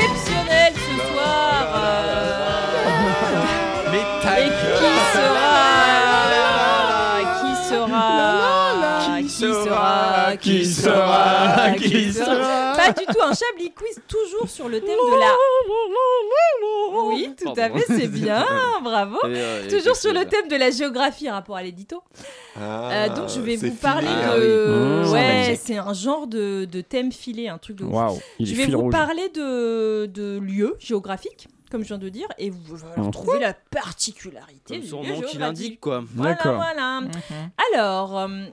exceptionnel ce soir. euh, Mais ta Et qui sera Qui sera Qui sera Qui sera Qui sera Pas du tout un Chablis Quiz, toujours sur le thème de la Bon, oui, tout à fait, c'est <laughs> bien, bravo. Oh, euh, Toujours sur le thème de la géographie, rapport à l'édito. Euh, donc je vais Ah, c'est vous parler filé, ah de. oui. Mmh. Ouais, c'est un genre de, de thème filé, un truc de. ouf. Waouh, il Je est vais fil vous rouge. parler de, de lieux géographiques, comme je viens de dire, et vous allez Mmh. retrouver la particularité Comme du son lieu nom qui géographique. l'indique, quoi. Voilà, D'accord. voilà. Alors, euh, <laughs>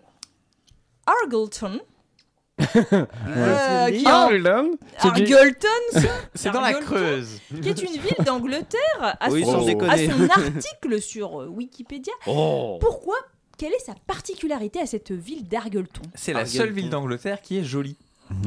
Argleton. euh, qui- Ah, Arlen, c'est du- Argleton, ça C'est dans la Argleton, Creuse. qui est une ville d'angleterre, à, Oui, son, sans Oh. à déconner. son article sur euh, Wikipédia. Oh Pourquoi Quelle est sa particularité à cette ville <laughs> d'Argleton C'est la Argenton. seule ville d'Angleterre qui est jolie.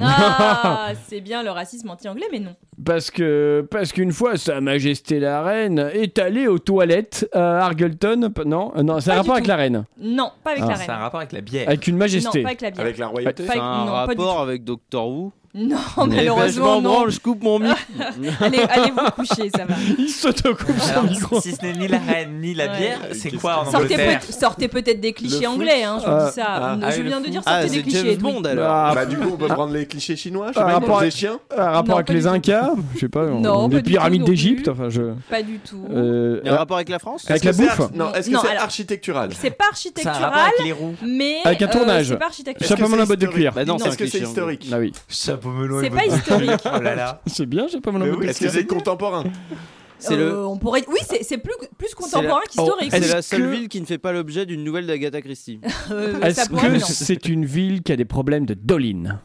Ah, c'est bien le racisme anti-anglais, mais non. Parce que parce qu'une fois, Sa Majesté la Reine est allée aux toilettes à Argleton. p- Non, euh, non, Pas ça a du rapport avec tout. la Reine, Non, pas avec Ah, la C'est un reine. rapport avec la bière. avec une Non, Majesté. pas avec la bière. Avec la royauté. Pas avec- <laughs> C'est un non, pas du rapport avec Doctor Who. Non, Eh ben, malheureusement, je m'en non. Ah, branle, je coupe mon mic. Ah, Allez, allez vous coucher, ça <laughs> va. <laughs> Il s'autocoupe son Alors, micro. si ce n'est ni la reine ni la Ouais. bière, c'est quoi en Sortez, Angleterre peut- sortez peut-être des clichés Le anglais, hein, je vous Ah, dis ça. ah, Non, ah, je oui, viens le de foot. dire sortez Ah, des c'est clichés. James Edwin. Bond alors. Ah, Bah, du coup, on peut prendre les clichés chinois, je sais Ah, pas, ils rapport mangent des avec- chiens. Un rapport Non, avec pas du les tout. Incas, je sais pas, Non, pas les du tout pyramides non plus. d'Égypte, enfin je. Pas du tout. euh, Il y a un rapport avec la France avec la Est-ce que c'est bouffe, ar- Non, est-ce que Non, c'est alors- architectural C'est pas C'est un rapport architectural, avec les roues. mais Avec un euh, tournage. c'est pas architectural. Est-ce que chapeau c'est la botte de historique cuir. Bah non, c'est un Est-ce que c'est cliché anglais. historique Ah oui, Chapeau melon. C'est pas historique. Oh là là. c'est bien, j'ai pas mon Mais nom de oui, Est-ce que c'est contemporain C'est le- Euh, on pourrait... Oui, c'est c'est plus, plus C'est la- Oh, contemporain qu'historique. C'est Est-ce la seule que- ville qui ne fait pas l'objet d'une nouvelle d'Agatha Christie. Euh, ça Est-ce pourrait, mais que non. c'est une ville qui a des problèmes de doline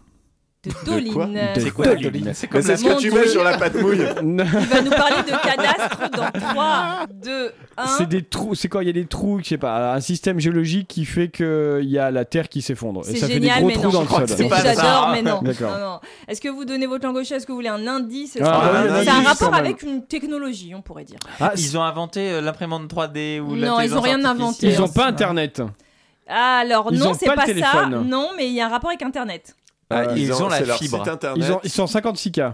De quoi Doline. De C'est quoi la doline. colline C'est Mais comme C'est la ce que tu Mon mets Dieu. sur la pâte mouille. Il va nous parler de cadastre dans 3, 2, 1. C'est des trous, c'est quand il y a des trous, je sais pas, un système géologique qui fait que il y a la terre qui s'effondre et C'est ça génial, fait des mais gros trous non, dans le c'est sol. C'est- pas J'adore, ça. hein. mais non. D'accord. non, non. Est-ce que vous donnez votre langue au chat Est-ce que vous voulez un indice Est-ce Ah, que- un indice, C'est un quand rapport même. avec une technologie, on pourrait dire. Ah, Ils ont inventé euh, l'imprimante 3D ou Non, ils ont ont rien inventé. hein. ils ont pas internet. Alors, Ils non, ont c'est pas le pas ça. téléphone. Non, mais il y a un rapport avec Internet. Ah, ils ont la c'est leur fibre. Euh, site internet. Ils, ont, ils sont Ah, 56K.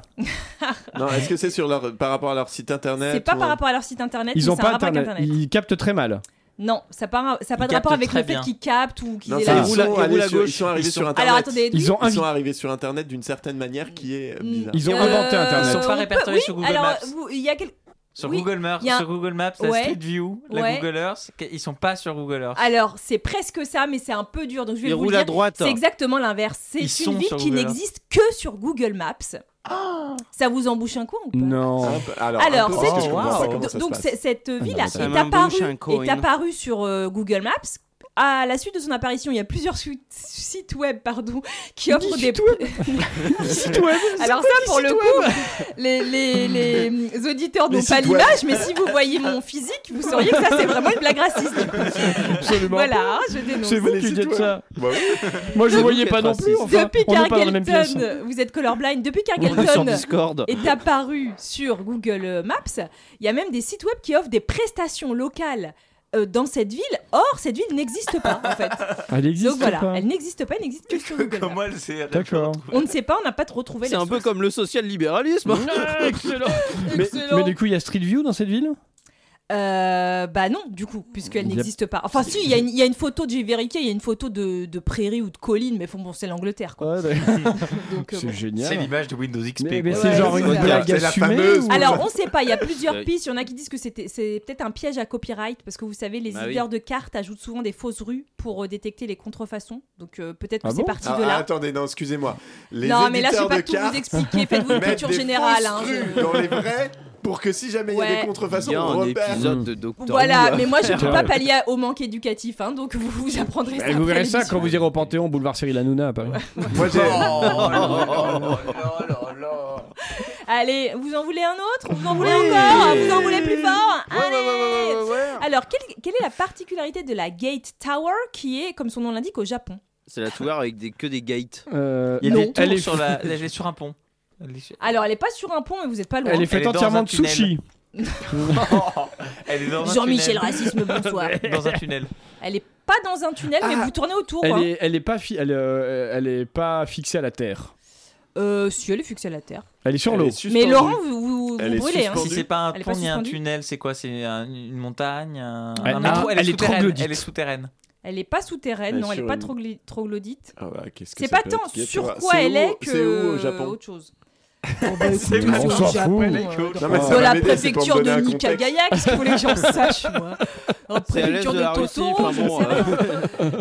Non, est-ce que c'est sur leur, par rapport à leur site Euh, internet C'est pas ou par un- rapport à leur site Internet, Ils mais ont c'est un pas rapport internet. avec Internet. Ils captent très mal. Non, ça n'a pas, ça a pas de Ils rapport captent avec le très fait bien. qu'ils captent ou qu'ils Non, aient c'est- la- Ah. ils, Ils roulent sont à- allés ils roulent à sur- gauche. ils sont arrivés Ils sur sont- internet. Alors, attendez, Ils ont Ils invi- sont arrivés sur internet d'une certaine manière qui est euh, Mm. bizarre. Ils ont inventé internet. Ils sont pas on peut- répertoriés oui, sur Google alors, euh, Maps. vous- il y a quel- Sur Oui, Google Maps, il y a- sur Google Maps, la Ouais. Street View, la Ouais. Ah, Google Earth, que- ils sont pas sur Google Earth. Alors, c'est presque ça, mais c'est un peu dur, donc je vais Ils vous le roulent dire. à droite. C'est exactement l'inverse. Ils C'est sont une ville sur qui Google. n'existe que sur Google Maps. Ça vous embouche un coin ou pas Non. Un peu- Alors, Alors, un peu, c'est- parce que je Oh, comprends pas wow. comment ça se Donc passe. c'est- cette ville non, ça est m'a apparue, embauché un coin. est apparue sur euh, Google Maps. À la suite de son apparition, il y a plusieurs su- sites web pardon, <laughs> qui offrent des... Site web. Alors ça, pour le coup, <laughs> les, les- les auditeurs Les n'ont pas sites web. l'image, mais si vous voyez mon physique, vous sauriez que ça, c'est vraiment une blague raciste. du coup. Absolument. Voilà, hein, je dénonce. C'est vous les qui sites dites web. ça. Bah oui. Moi je Depuis voyais pas non plus. 86. Enfin, Depuis on n'est pas dans la même pièce. qu'Argelton, vous êtes colorblind, depuis On est sur qu'Argelton Discord. est apparu sur Google euh, Maps, il y a même des sites web qui offrent des prestations locales euh, dans cette ville. Or, cette ville n'existe pas, en fait. Elle Ah, existe Donc voilà, pas. elle n'existe pas, elle n'existe que sur Google Maps. <laughs> Comment elle s'est D'accord. On ne sait pas, on n'a pas trop trouvé C'est la un peu source. comme le social-libéralisme. hein. Excellent. Mais, Excellent. mais du coup, il y a Street View dans cette ville Euh, bah non, du coup, puisqu'elle Il y a- n'existe pas. Enfin, si, il y, a une- il y a une photo, j'ai vérifié, il y a une photo de, de prairie ou de colline, mais bon, bon, c'est l'Angleterre, quoi. <laughs> Donc, Ouais, euh, C'est bon. C'est génial. l'image de Windows XP. Mais, mais quoi. c'est Ouais, genre c'est une ça. blague C'est la assumée fameuse- ou- Alors, on sait pas, il y a plusieurs Ouais. pistes. Il y en a qui disent que c'était- c'est peut-être un piège à copyright, parce que vous savez, les Bah oui. éditeurs de cartes ajoutent souvent des fausses rues pour euh, détecter les contrefaçons. Donc, euh, peut-être que Ah c'est bon parti Ah, de là. attendez, non, excusez-moi. Les non, mais là, je éditeurs vais pas de tout cartes vous expliquer. Faites-vous une mettent culture des générale. fausses hein, je- <laughs> rues dans les vrais pour que si jamais il y a Ouais. des Il contrefaçons, y a on un repère. épisode de Doctor Voilà, Who. mais moi, je ne peux pas Putain. pallier à- au manque éducatif, hein, donc vous, vous apprendrez ça. Bah, vous après verrez ça l'émission. quand vous irez au Panthéon, boulevard Cyril Hanouna à Paris. Moi, j'ai- Allez, vous en voulez un autre Vous en voulez encore Ah, Vous en voulez plus fort Allez Alors, quelle, quelle est la particularité de la Gate Tower qui est, comme son nom l'indique, au Japon C'est la tour avec des, que des gates. Euh, Il y a des non. elle tours est, sur la. Elle est sur un pont. Elle est sur- Alors, elle n'est pas sur un pont, mais vous n'êtes pas loin. elle est Elle est faite dans entièrement un de tunnel. sushi. Elle est dans un Jean-Michel tunnel. Racisme, <laughs> bonsoir. Dans un tunnel. Elle n'est pas dans un tunnel, mais vous tournez autour. Elle hein. est, elle est pas, fi- elle, euh, elle est pas fixée à la terre. Euh, si, elle est fixée à la terre. Elle est sur Elle l'eau. est suspendue. Mais Laurent, vous, vous, vous Elle est brûlez. hein. suspendue. Si c'est pas un Elle est pont pas ni un suspendue tunnel, c'est quoi C'est un- une montagne un- Elle- un ah, métro elle est souterraine. troglodyte. Elle est souterraine. Elle n'est pas souterraine, Elle est non, elle n'est sur pas une- trogli- troglodyte. Ah bah, qu'est-ce que C'est ça pas peut tant être gay, tu sur vois. quoi C'est elle où- est C'est où que au Japon autre chose. bah, C'est écoute, pas on grave. s'en fout. Ouais, écoute. Non, mais ça de va la m'aider, c'est pour me préfecture de donner un Nick à contexte. Gaillac, il faut que j'en sache, moi. Oh, C'est à l'est préfecture de de, la Russie, Toto, enfin je bon, sais pas. <laughs>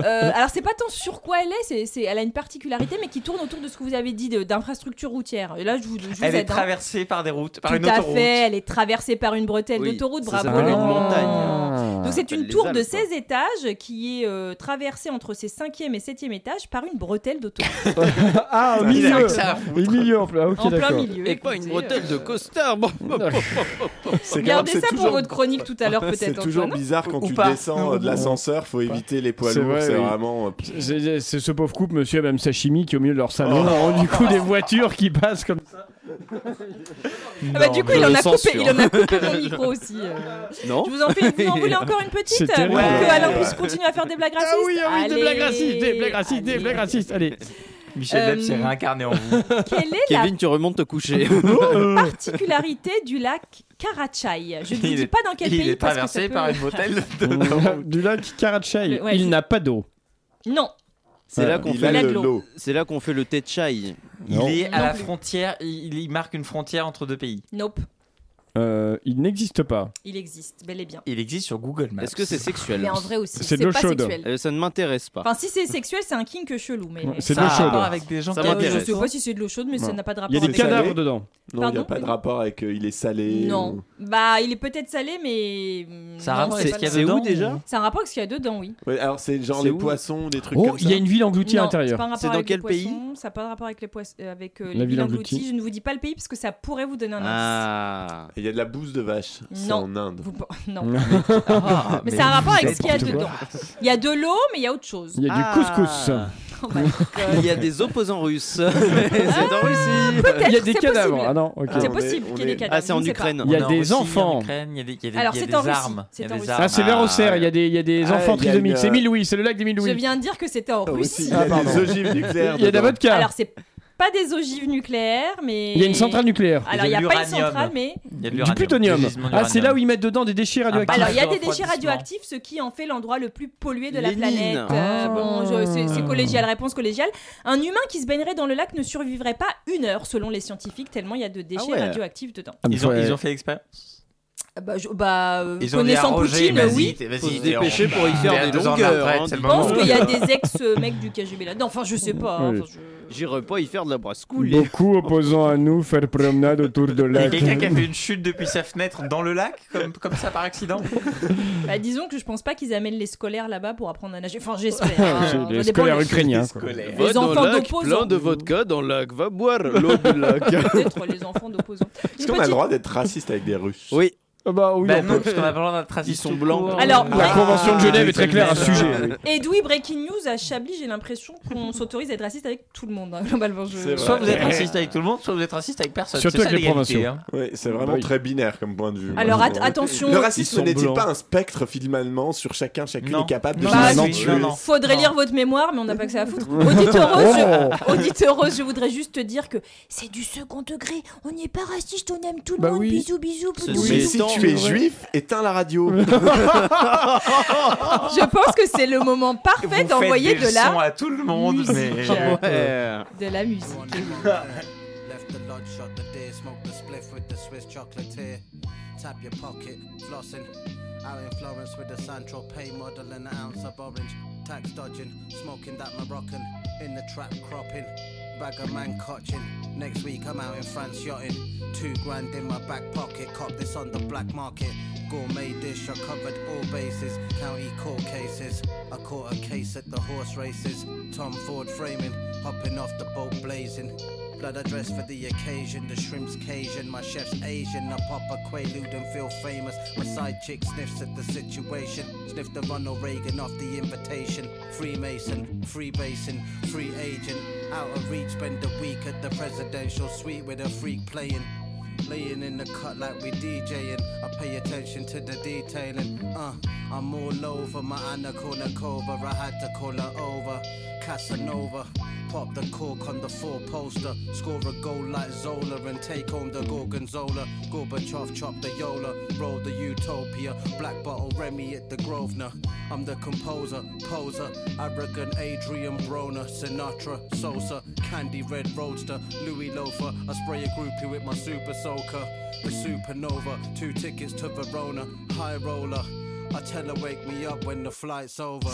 Euh, alors, c'est pas tant sur quoi elle est, c'est, c'est- elle a une particularité, mais qui tourne autour de ce que vous avez dit de- d'infrastructures routières. Et là, je vous, je vous Elle est aide. hein. traversée par des routes, par Tout une à autoroute. fait, elle est traversée par une bretelle Oui, d'autoroute, ça bravo. s'appelle une Ah. Laurent. montagne. Donc c'est une Les tour de Alpes. 16 étages qui est euh, traversée entre ses 5e et 7e étages par une bretelle d'autoroute. Ah, au Il a milieu que ça à Au milieu, en plein, ok, en plein d'accord. milieu. Et pas écoutez, une euh, bretelle de <laughs> costard. bon. C'est grave, Gardez c'est ça pour toujours- votre chronique tout à l'heure C'est peut-être. toujours Antoine. bizarre quand Ou tu pas. descends euh, de l'ascenseur, faut éviter les poids C'est lourds, vrai, c'est oui. vraiment. euh, C'est c'est ce pauvre couple, monsieur et madame Sashimi, qui au milieu de leur Oh. salon a rendu coup des voitures qui passent comme ça. Ah bah, du coup, il je en, le a coupé, censure. il en a coupé mon micro aussi. euh. Non Je vous en fais, vous en voulez encore une C'est petite pour terrible. que Ouais. Alain puisse continuer à faire des blagues racistes. Ah oui, ah oui, des Allez, blagues racistes, des blagues racistes, des allez. blagues <laughs> racistes, allez. Michel Leb Euh, s'est réincarné en vous. Quelle est la Kevin, tu remontes te coucher. particularité du lac Karachay Je ne vous Il dis est- pas dans <laughs> quel Il pays est parce que traversé ça peut- <laughs> par une bretelle du lac Karachay, Le- ouais, il c'est- n'a pas d'eau. Non, C'est là qu'on il fait a la le- de glo- l'eau. c'est là qu'on fait le thé de chai. Non. Il est à Non la plus. frontière, il, il marque une frontière entre deux pays. nope, Euh, il n'existe pas. il existe, bel et bien. Il existe sur Google Maps. Est-ce que c'est sexuel Mais en vrai aussi, C'est c'est de l'eau pas chaude. sexuel. Euh, Ça ne m'intéresse pas. Enfin, si c'est sexuel, c'est un kink chelou. Mais... Ouais, c'est Ça de l'eau a un chaude. rapport avec des gens Ça qui- Euh, m'intéresse. Je sais pas si c'est de l'eau chaude, mais ça n'a pas de Il y rapport. a des avec- salé. cadavres dedans. Non, il n'y a Pardon pas de rapport avec euh, il est salé. Non. Bah, il est peut-être salé, mais. mm, Ça a non, rapport c'est avec pas ce qu'il y a là. C'est dedans où déjà C'est un rapport avec ce qu'il y a dedans, oui. Ouais, alors c'est genre C'est les où poissons, des trucs Oh, comme ça. il y a une ville engloutie à Non, c'est l'intérieur. pas un rapport C'est dans avec les quel pays poissons, Ça n'a pas de rapport avec les poissons, euh, avec euh, les ville villes engloutie. englouties. Je ne vous dis pas le pays parce que ça pourrait vous donner un indice. Ah. Il y a de la bouse de vache. C'est Non. en Inde. Vous pe- <laughs> <laughs> Non. <laughs> Ah, Mais c'est un rapport avec ce qu'il y a Mm. n'importe dedans. Il y a de l'eau, mais il y a autre chose. Il y a Ah. du couscous. Oh my God. Il y a des opposants russes. <laughs> c'est en Russie. <laughs> Peut-être, Il y a des c'est cadavres. possible. Ah non, ok. Ah, C'est on est- possible on qu'il y ait est- des cadavres. Ah, c'est en je ne sais pas. Ukraine. Il y a on est en des Russie, enfants. En Ukraine, il y a des, il y a des, Alors, il y a c'est en des Russie, armes. c'est il y en a des Russie. armes. Ah, c'est vers Auxerre, il y a des, il y a des Ah, enfants il y a trisomiques. une, euh, C'est Miloui, c'est le lac des Je Miloui. viens de dire que c'était en Aussi, Russie. il y a Ah, pardon. des ogives nucléaires. Il y a de la dedans. vodka. Alors, c'est pas des ogives nucléaires, mais. il y a une centrale nucléaire. Alors, il n'y a De pas une l'uranium. centrale, mais. Il y a de Du l'uranium, plutonium. des gisements Ah, c'est d'uranium. là où ils mettent dedans des déchets radioactifs. Ah, bah Alors, il y a Pas des de déchets Bah, refroidissement. radioactifs, ce qui en fait l'endroit le plus pollué de la Lénine. planète. Euh, Ah. bon, je- c'est- c'est collégial, réponse collégiale. Un humain qui se baignerait dans le lac ne survivrait pas une heure, selon les scientifiques, tellement il y a de déchets Ah ouais. radioactifs dedans. Ah, mais Ils ont, faut- ils ont fait l'expérience. Ah Bah, je- bah, euh, Ils ont dit à connaissant Roger, Poutine, vas-y, oui. t'es- Faut se vas-y, t'es en- dépêcher pour y t'es à faire des deux ans de longueurs. retraite, hein, c'est le dis Je moment. pense qu'il y a des ex-mecs du KGB là-dedans. Enfin, je sais pas. hein, Oui. enfin, je- J'irai pas y faire de la brasse coulée. Beaucoup opposant à nous faire promenade autour de Il y a lac. quelqu'un qui a fait une chute depuis sa fenêtre dans le lac, comme, comme ça par accident. Bah, disons que je pense pas qu'ils amènent les scolaires là-bas pour apprendre à nager. Enfin, j'espère. hein. Ça Ah, C'est des dépend scolaires des- ukrainiens. quoi. Scolaire. Les enfants d'opposants. plein de vodka dans le lac. Va boire l'eau du lac. Peut-être les enfants d'opposants. Est-ce Une qu'on a le petite- droit d'être raciste avec des Russes Oui, Ah bah oui, Bah on non, peut- parce qu'on a pas le droit d'être raciste Ils sont tout blancs. court. Alors, la Ah, convention de Genève est très claire à ce Ah. sujet. Edoui, Breaking News à Chablis, j'ai l'impression qu'on s'autorise à être raciste avec tout le monde. hein, globalement, je- C'est Soit vrai. vous êtes raciste avec tout le monde, soit vous êtes raciste avec personne. Surtout C'est ça, avec les l'égalité, provinciaux. hein. Oui, c'est vraiment Oui. très binaire comme point de vue. Alors Moi, at- je- attention, Le Ils racisme sont n'est-il blancs. pas un spectre finalement sur chacun Chacune Non. est capable de Non, Bah, s'en non, tuer. non, non. faudrait Non. lire votre mémoire, mais on n'a pas que ça à foutre. Auditeur Rose, je... auditeur Rose, je voudrais juste te dire que c'est du second degré. On n'est pas raciste, on aime tout le Bah monde. oui. Bisous, bisous, Ce bisous. Mais Mais si tant, tu es ouais. juif, éteins <laughs> la radio. Je pense que c'est le moment Vous parfait faites d'envoyer des de la leçons à tout le monde, mais... <laughs> euh, Ouais. de la musique. Left the lodge, shot the deer, smoked the spliff with the Swiss chocolatier. Tap your pocket, flossing. Out in Florence with the Santro Pay model and an ounce of orange. Tax dodging, smoking that Moroccan. In the trap cropping, bag of man cotching. Next week I'm out in France yachting. Two grand in my back pocket, cop this on the black market. Gourmet dish, I covered all bases. County court cases, I caught a case at the horse races. Tom Ford framing, hopping off the boat blazing. Blood I dress for the occasion, the shrimp's Cajun, my chef's Asian. I pop a quaalude and feel famous. My side chick sniffs at the situation, sniff the Ronald Reagan off the invitation. Freemason, free basin, free agent. Out of reach, spend a week at the presidential suite with a freak playing. Laying in the cut like we DJing. I pay attention to the detailing. Uh, I'm all over my Anna Kournikova. I had to call her over. Casanova. Pop the cork on the four poster. Score a goal like Zola and take home the Gorgonzola. Gorbachev chop the Yola. Roll the Utopia. Black bottle Remy at the Grosvenor. I'm the composer, poser, arrogant Adrian Broner, Sinatra, Sosa, Candy Red Roadster, Louis Loafer. I spray a groupie with my super soaker. The supernova, two tickets to Verona, high roller. I tell her wake me up when the flight's over.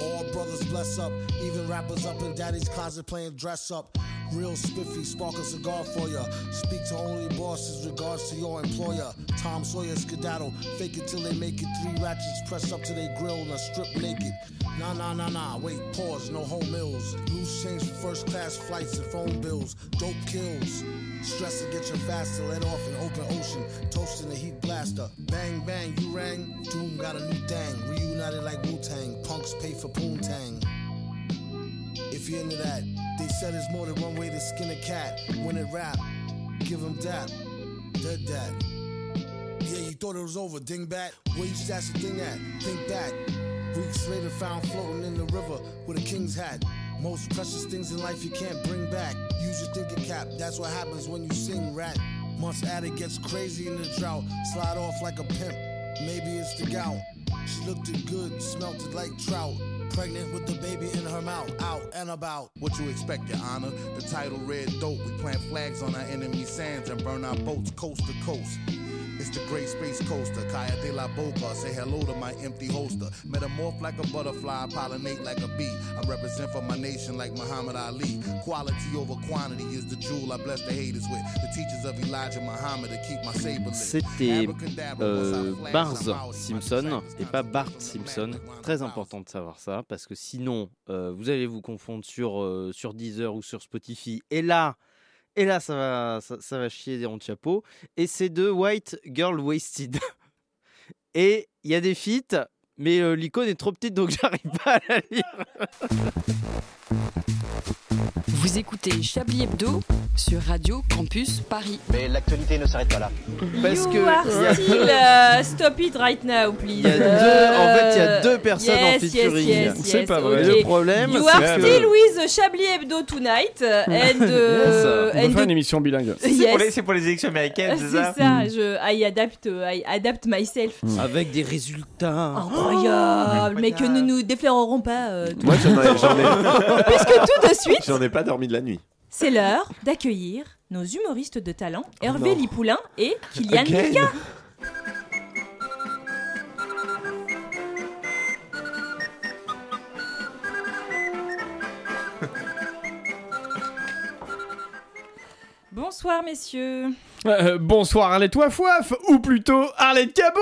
All brothers bless up, even rappers up in daddy's closet playing dress up. Real spiffy, spark a cigar for ya. Speak to only bosses, regards to your employer. Tom Sawyer skedaddle, fake it till they make it. Three ratchets pressed up to their grill and I strip naked. Nah, nah, nah, nah, wait, pause, no home meals. Loose change for first class flights and phone bills. Dope kills. Stress to get you faster, let off in open ocean. Toasting the heat blaster. Bang, bang, you rang. Doom got a new thang. Reunited like Wu Tang. Punks pay for poontang. If you're into that, they said there's more than one way to skin a cat. When it rap, give him dap. Dead that. Yeah, you thought it was over, dingbat. Where you stash the thing at? Think back. Weeks later, found floating in the river with a king's hat. Most precious things in life you can't bring back. Use your thinking cap, that's what happens when you sing rat. Months at it gets crazy in the drought. Slide off like a pimp, maybe it's the gout. She looked it good, smelt it like trout. Pregnant with the baby in her mouth, out and about. What you expect, Your Honor? The title red dope. We plant flags on our enemy sands and burn our boats coast to coast. It's the great space coaster, Kaya de la Boca. Say hello to my empty holster. Metamorph like a butterfly, pollinate like a bee. I represent for my nation like Muhammad Ali. Quality over quantity is the jewel I bless the haters with. The teachers of Elijah Muhammad to keep my saber lit. C'était euh, Barz Simpson et pas Bart Simpson. Très important de savoir ça parce que sinon, euh, vous allez vous confondre sur, euh, sur Deezer ou sur Spotify. Et là, et là, ça va, ça, ça va chier des ronds de chapeau. Et c'est de White Girl Wasted. <laughs> Et il y a des feats, mais euh, l'icône est trop petite donc <laughs> j'arrive pas à la lire. Vous écoutez Chablis Hebdo sur Radio Campus Paris. Mais l'actualité ne s'arrête pas là. Parce que You are il y a- <laughs> still, euh, stop it right now, please. Euh, Il y a deux, en fait, il y a deux personnes en yes, yes, featuring. yes, C'est yes, pas vrai. ok. Le problème, You c'est are que- still with Chablis Hebdo tonight. euh, <laughs> And, euh, On va and faire the une émission bilingue. C'est <laughs> Yes. pour <laughs> les- C'est pour les élections américaines, C'est c'est ça, ça je, I, adapt, euh, I adapt myself. Avec des résultats. Incroyable, mais que nous nous déflorerons pas. euh, tout Moi, j'en ai. j'en ai- Puisque tout de suite. J'en ai pas dormi de la nuit. C'est l'heure d'accueillir nos humoristes de talent, Hervé non. Lipoulin et Kylian Again. Mika. Bonsoir messieurs. Euh, bonsoir Arlette Wafouaf, ou plutôt Arlette Cabot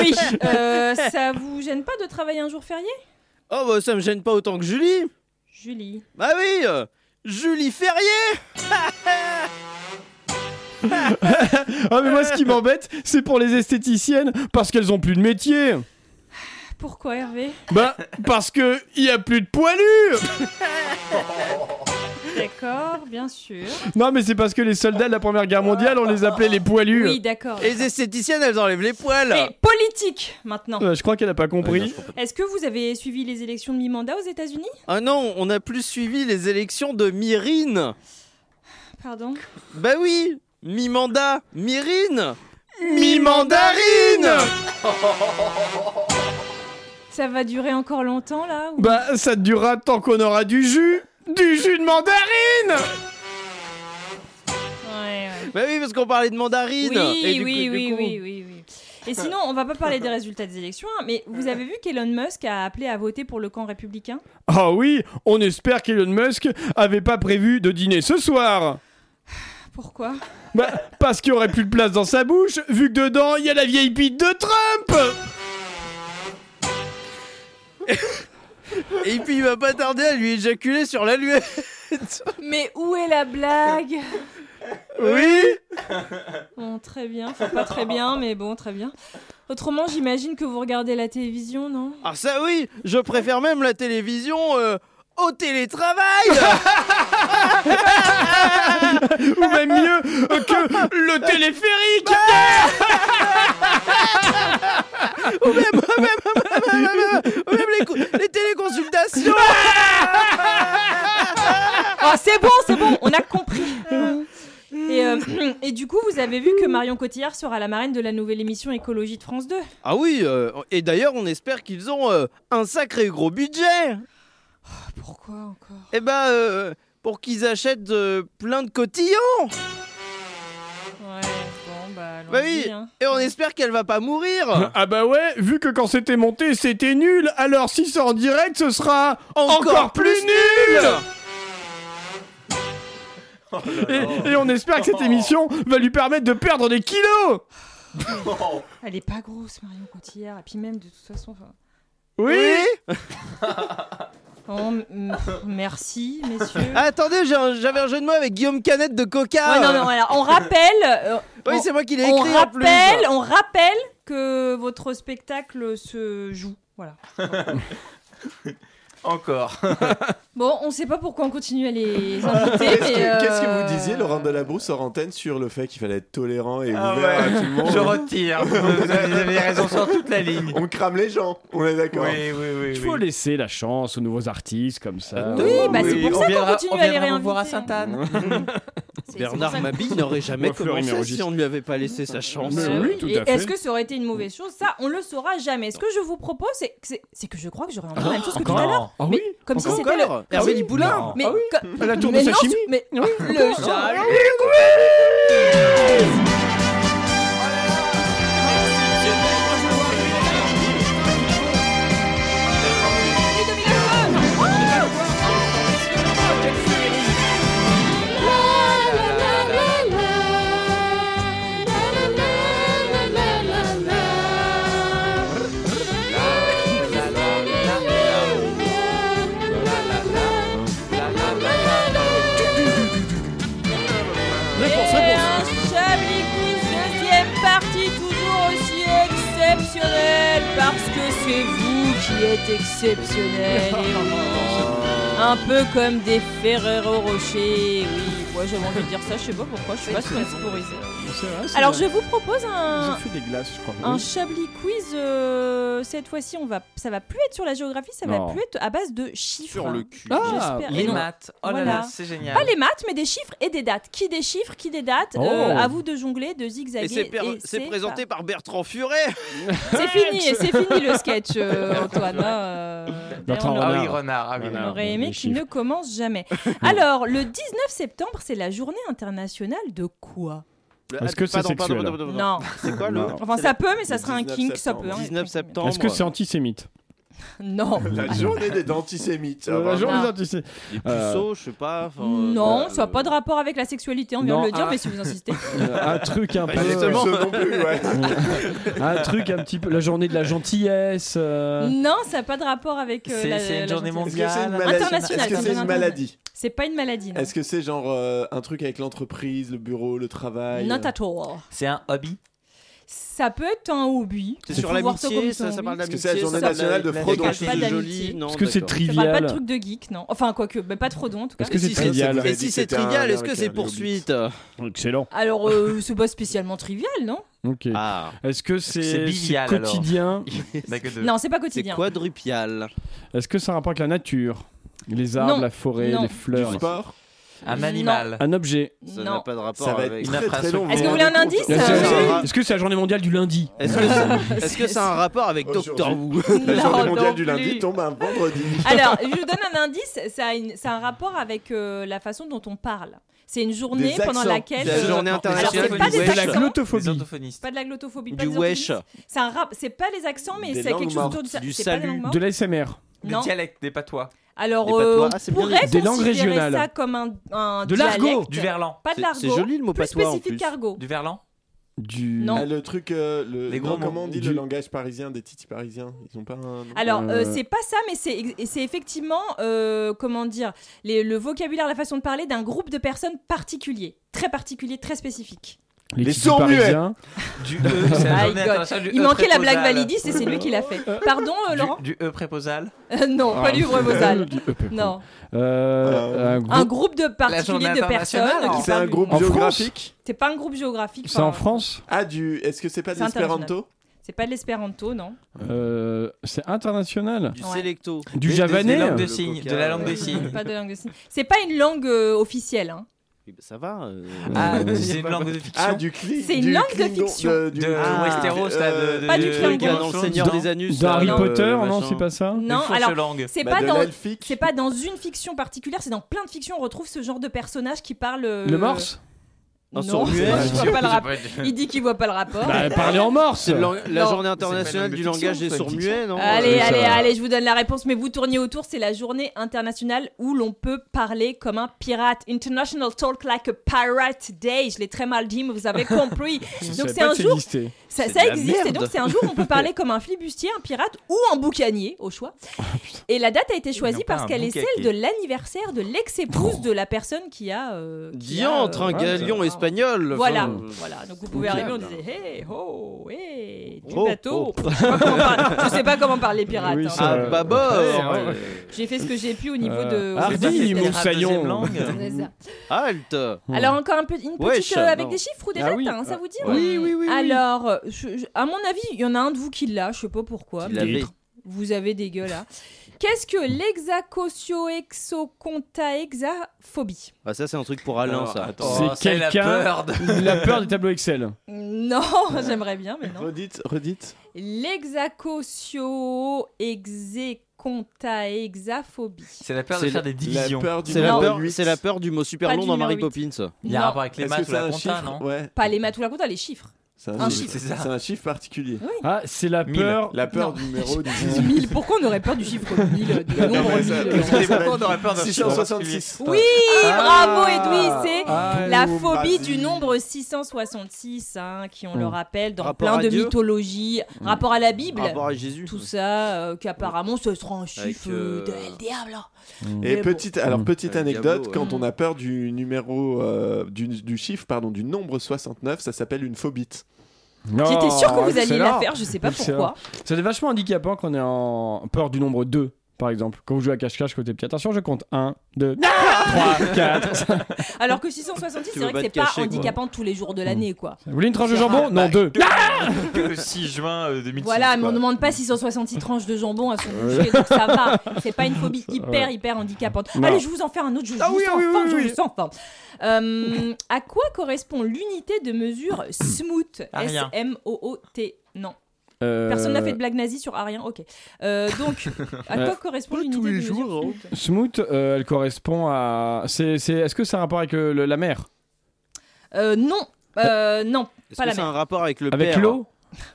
Oui, <laughs> euh, ça vous gêne pas de travailler un jour férié Oh, bah, ça me gêne pas autant que Julie. Julie. Bah oui, euh, Julie Ferrier. Ah mais moi ce qui m'embête, c'est pour les esthéticiennes, parce qu'elles ont plus de métier. Pourquoi Hervé Bah parce que il y a plus de poilus. D'accord, bien sûr. Non mais c'est parce que les soldats de la Première Guerre mondiale, on les appelait les Euh. poilus. Oui, d'accord. Les esthéticiennes, elles enlèvent les poils. Mais politique maintenant. Euh, je crois qu'elle a pas compris. Est-ce que vous avez suivi les élections de mi-mandat aux États-Unis Ah non, on a plus suivi les élections de Myrine. Pardon Bah oui, mi-mandat, Myrine. Mi-mandarine Ça va durer encore longtemps là ou- Bah ça durera tant qu'on aura du jus, du jus de mandarine. Ouais, ouais. Bah oui, parce qu'on parlait de Oui, mandarine. Et oui, oui, du coup- du oui, coup- Euh. oui, oui. Et sinon, on va pas parler <laughs> des résultats des élections, hein, mais vous avez vu qu'Elon Musk a appelé à voter pour le camp républicain Ah oui, on espère qu'Elon Musk avait pas prévu de dîner ce soir. <laughs> Pourquoi Bah, parce qu'il y aurait plus de place dans sa bouche, vu que dedans, il y a la vieille bite de Trump Et puis il va pas tarder à lui éjaculer sur la luette. Mais où est la blague Oui Bon, très bien, enfin, pas très bien, mais bon, très bien. Autrement, j'imagine que vous regardez la télévision, non <laughs> Ah ça oui, je préfère même la télévision euh, au télétravail. <laughs> Ou même mieux euh, que le téléphérique Ou même, ou même, ou même, ou même, ou même les, co- les téléconsultations Ah, c'est bon, c'est bon, on a <laughs> compris. Et, euh, et du coup, vous avez vu que Marion Cotillard sera la marraine de la nouvelle émission Écologie de France 2. Ah oui, euh, et d'ailleurs, on espère qu'ils ont euh, un sacré gros budget. Ah, Pourquoi encore Eh ben, euh, pour qu'ils achètent euh, plein de cotillons. Ouais, bon, bah, Bah oui, et on espère qu'elle va pas mourir. Ah bah ouais, vu que quand c'était monté, c'était nul, alors si c'est en direct, ce sera encore, plus nul et, et on espère que cette émission va lui permettre de perdre des kilos Elle est pas grosse, Marion Cotillard. Et puis même, de toute façon... enfin, Oui, Oh, m- m- merci, messieurs. <laughs> Ah, Attendez, j'ai un- j'avais un jeu de mots avec Guillaume Canet de Coca. Ouais, non, non, voilà, on rappelle. euh, Oui, on- c'est moi qui l'ai On écrit, en plus. hein. rappelle, on rappelle que votre spectacle se joue. Voilà. Encore. Bon, on sait pas pourquoi on continue à <laughs> les inviter. <laughs> Qu'est-ce mais, que, qu'est-ce que euh, vous disiez, Laurent Delabrousse, hors antenne, sur le fait qu'il fallait être tolérant et Ah ouvert ouais, à tout le monde je <laughs> retire. Vous avez raison sur toute la ligne. On crame les gens, on est d'accord. Oui, oui, oui. Il faut laisser la chance aux nouveaux artistes comme ça. Oh. Oui, bah, c'est pour ça qu'on continue à les réinviter. voir à Sainte-Anne. Bernard Mabille n'aurait jamais commencé si on ne lui avait pas laissé sa chance. Mais oui, et Est-ce que ça aurait été une mauvaise chose Ça, on le saura jamais. Ce que je vous propose, c'est que, c'est- c'est que je crois que j'aurais entendu la même chose que tout à l'heure. Ah oui Comme si c'était le... Encore Hervé Lipoulin Non. Ah Mais, oui. co- La tour de mais non, sashimi mais le Ah, Et un Chablis Quiz deuxième partie toujours aussi exceptionnelle parce que c'est vous qui êtes Ah, exceptionnel. <laughs> un peu comme des Ferrero Rocher. Oui, moi j'avais envie de dire ça, je sais pas pourquoi, je suis pas sponsorisée. Alors je vous propose un, Ils ont fait des glaces, je crois. un Oui. Chablis Quiz. euh, cette fois-ci, on va, ça va plus être sur la géographie, ça Non. va plus être à base de chiffres. Sur le cul. J'espère- Ah, les non. maths. Oh là là, c'est génial. Pas les maths, mais des chiffres et des dates. Qui des chiffres, qui des dates. euh, Oh. à vous de jongler, de zigzaguer. Et c'est per- et c'est présenté pas- par Bertrand Furet. C'est fini, c'est fini le sketch, euh, Antoine. hein, euh, d'ailleurs, on Ah aurait- oui, renard. Ah oui. on aurait aimé qu'il ne commence jamais. Alors, le 19 septembre, c'est la journée internationale de quoi Est-ce que c'est Pardon, pardon, sexuel pardon, pardon. Non. C'est quoi le Non. Enfin, c'est ça la- peut, mais ça sera un 19 kink, ça peut. septembre. hein. 19 septembre. Est-ce que c'est antisémite Non. <laughs> La journée des antisémites. Euh, La journée Non. des antisémites. Les Euh, puceaux, je sais pas. enfin, euh, Non, euh, ça n'a pas de rapport avec la sexualité, on vient Non, de le dire, ah. mais si vous insistez. Euh, un truc un Bah, peu. justement. Non plus, <laughs> ouais. un truc un petit peu. La journée de la gentillesse. euh, Non, ça n'a pas de rapport avec euh, C'est- la. c'est une la journée gentillesse. mondiale. Est-ce que c'est une maladie Internationale. Est-ce que c'est une internationale. maladie C'est pas une maladie. non. Est-ce que c'est genre euh, un truc avec l'entreprise, le bureau, le travail Not euh at all. C'est un hobby. Ça peut être un hobby. C'est Tu sur peux voir ça l'amitié, comme ça, ça oui. parle Parce que d'amitié. c'est la journée ça nationale de parle Frodon. quelque chose Pas de d'amitié. joli, non, Est-ce que c'est d'accord. tri- Ça parle pas de Trivial. truc Ah, de geek, non. Enfin, quoique, mais pas trop don en tout cas. Est-ce que c'est si, c'est- trivial Et si c'est C'était un trivial, est-ce que Américain, c'est le Hobbit. poursuite Excellent. Alors, euh, <laughs> c'est pas spécialement trivial, non Ok. Ah. Est-ce que c'est c'est bilial, c'est alors quotidien Non, c'est pas C'est quotidien. quadrupial. Est-ce que ça a un rapport avec la nature Les arbres, Non. la forêt, Non. les fleurs Du euh, sport Un animal. Un objet. Ça Non. n'a pas de rapport Ça va avec. être très très long. Est-ce que vous voulez un indice Est-ce euh, que c'est- oui. est-ce que c'est la journée mondiale du lundi Est-ce que c'est- est-ce que ça a un rapport avec Aujourd'hui. Doctor Who <laughs> La Non, journée non mondiale du lundi plus. tombe un vendredi. Alors, je <laughs> vous donne un indice, ça a, une- ça a un rapport avec euh, la façon dont on parle. C'est une journée Des pendant accents. laquelle. La euh, journée internationale Alors, c'est du pas wesh. des accents, Les L'autophobie. orthophonistes. pas de la glottophobie, pas Du des wesh. orthophonistes. C'est un rap, c'est pas les accents, mais Des c'est quelque langues chose autour mortes, du, du c'est pas des salut. langues De mortes. l'ASMR. Des Non. dialectes, des patois. Alors, Des patois. euh, Ah, c'est on bien. pourrait Des langues considérer régionales. ça comme un, un De dialecte. l'argot. Du verlan. Pas de C'est- l'argot. c'est joli, le mot Plus patois, en spécifique plus. qu'argot. Du verlan Du. Non. Ah, le truc, euh, le, Les non, gros mots. comment on dit le Du- langage parisien des titis parisiens Ils ont pas un. nom Alors, euh, Euh. c'est pas ça, mais c'est ex- c'est effectivement, euh, comment dire, les- le vocabulaire, la façon de parler d'un groupe de personnes particulier, très particulier, très spécifique. Les, Les Titis sourds-muets. parisiens. Du My E, c'est la God. journée internationale du Il E manquait la blague préposal. validiste et c'est lui qui l'a fait. Pardon, euh, Laurent Du E préposal Euh, <laughs> Non, Ah. pas du Brevoisal. Du E préposal. Non. Euh, Un groupe de journée particuliers de personnes. internationale, qui alors. C'est un parlent- groupe En France géographique C'est pas un groupe géographique. C'est en enfin, France Ah, du. Est-ce que c'est pas de c'est international. l'espéranto C'est pas de l'espéranto, non Euh, C'est international Du Ouais. sélecto. Des- Du des- javanais des langues De de signes, coca, de la langue ouais. des signes. Pas de langue de signes. C'est pas une langue euh, officielle. hein. Oui, bah, Ça va. euh, Ah, euh, c'est une langue de fiction. Ah, du cli- C'est une du langue de Klingon- fiction. du- de Ah, Westeros, euh, là, de, pas de- du de- Klingon. qui est dans le Seigneur Dans- des Anus. là, D'Harry le Potter, non, euh, machin. c'est pas ça Non, fourche alors langue. c'est Bah, pas de dans l'elfique. c'est pas dans une fiction particulière, c'est dans plein de fictions on retrouve ce genre de personnage qui parle euh, Le morse Non, Un sourd-muet. je vois pas le rap- il dit qu'il voit pas le rapport. Bah, parler en morse C'est le lang- la Non. journée C'est pas internationale une du fiction, langage des c'est une sourds fiction. muets, non allez, Euh, ça- allez, allez, je vous donne la réponse, mais vous tournez autour. C'est la journée internationale où l'on peut parler comme un pirate. International Talk Like a Pirate Day. Je l'ai très mal dit, mais vous <laughs> avez compris. Je donc savais c'est pas un que ça jour, existait. ça, C'est ça de la existe. Et merde. donc c'est un jour où on peut <laughs> parler comme un flibustier, un pirate ou un boucanier, au choix. Et la date a été choisie Non, pas parce un qu'elle est boucaquet. celle de l'anniversaire de l'ex-épouse de la personne qui a. euh, qui a, Diantre, euh, un galion euh, espagnol. Voilà, enfin, voilà. Donc vous pouvez Ok. arriver, on disait hey, ho, hey, du Oh, bateau. oh. Je, sais pas comment parle- je sais pas comment parlent les pirates. Oui, hein. ça- À Euh, bâbord. ouais, ouais. euh, J'ai fait ce que j'ai pu au niveau Euh, de. Hardy, C'est pas- c'est- mon Arabe, saillon. deuxième langue. c'est ça. Halte. Alors encore un peu, une petite Wesh, euh, avec non. des chiffres ou des Ah dates, oui. hein, ça vous dit Ouais. Oui, oui, oui, oui. Alors, euh, je- je- à mon avis, il y en a un de vous qui l'a, je sais pas pourquoi. Il avait- Vous avez des gueules là. Qu'est-ce que l'hexacosio-exocontaexaphobie Ah, ça, c'est un truc pour Alain, ça. C'est Oh, ça, il a quelqu'un- peur de- Il a peur des tableaux Excel. Non, <laughs> j'aimerais bien, mais non. Redites, redites. L'hexacosio-exécontaexaphobie. C'est la peur de C'est faire des le- La divisions. peur du C'est la, Non. peur, numéro huit. c'est la peur du mot super Pas long du dans Marie numéro Poppins. Il y a un Non. rapport avec les Est-ce que maths ou c'est la un compta, chiffre non Ouais. Pas les maths ou la compta, les chiffres. C'est un, Un chiffre. chiffre. C'est un chiffre particulier. Ah, c'est la Mille. peur. La peur Non. du numéro du Mille. Pourquoi on aurait peur du chiffre 1000 Du Non, nombre mais ça- 1000 ça- Des fois, on aurait peur d'un chiffre 666. Oui, Ah. bravo Edoui, c'est Ah, la nous, phobie vas-y. du nombre 666, hein, qui on le Mm. rappelle dans Hum. Rapport plein à de Dieu. mythologies, rapport à la Bible, Par rapport à Jésus. tout ça, euh, qu'apparemment ce sera un chiffre euh, euh, de El Diablo. Et Mais bon. petite, alors petite Euh, anecdote, Diablo, ouais. quand on a peur du numéro, euh, du, du chiffre, pardon, du nombre 69, ça s'appelle une phobite. J'étais sûre ah, que vous alliez la excellent. faire, je sais pas <laughs> Excellent. pourquoi. C'est vachement handicapant qu'on ait en peur du nombre 2, par exemple. Quand vous jouez à cache-cache, côté petit. Attention, je compte 1, 2, 3, 4. Alors que 666, Tu c'est veux vrai pas que c'est te pas cacher, quoi. handicapant tous les jours de l'année, quoi. Vous voulez une tranche de jambon Non, 2. Que le 6 juin euh, 2006. Voilà, mais on quoi. ne demande pas 666 tranches de jambon à son boucher, donc ça va. C'est pas une <laughs> phobie hyper, hyper handicapante. Non. Allez, je vous en fais un autre, je, je Ah vous oui, sens ah oui, en forme, oui, je oui. vous sens en forme. Euh, à quoi correspond l'unité de mesure SMOOT À rien. S-M-O-O-T. Non. Euh, Personne n'a fait de blague nazie sur Arien, ok. Euh, donc, à Euh, quoi correspond l'unité de mesure hein. SMOOT Smoot, euh, elle correspond à. c'est c'est- Est-ce que c'est un rapport avec euh, le- la mer Euh, Non, Euh, non, Est-ce Pas que la c'est mer. un rapport avec le Avec père l'eau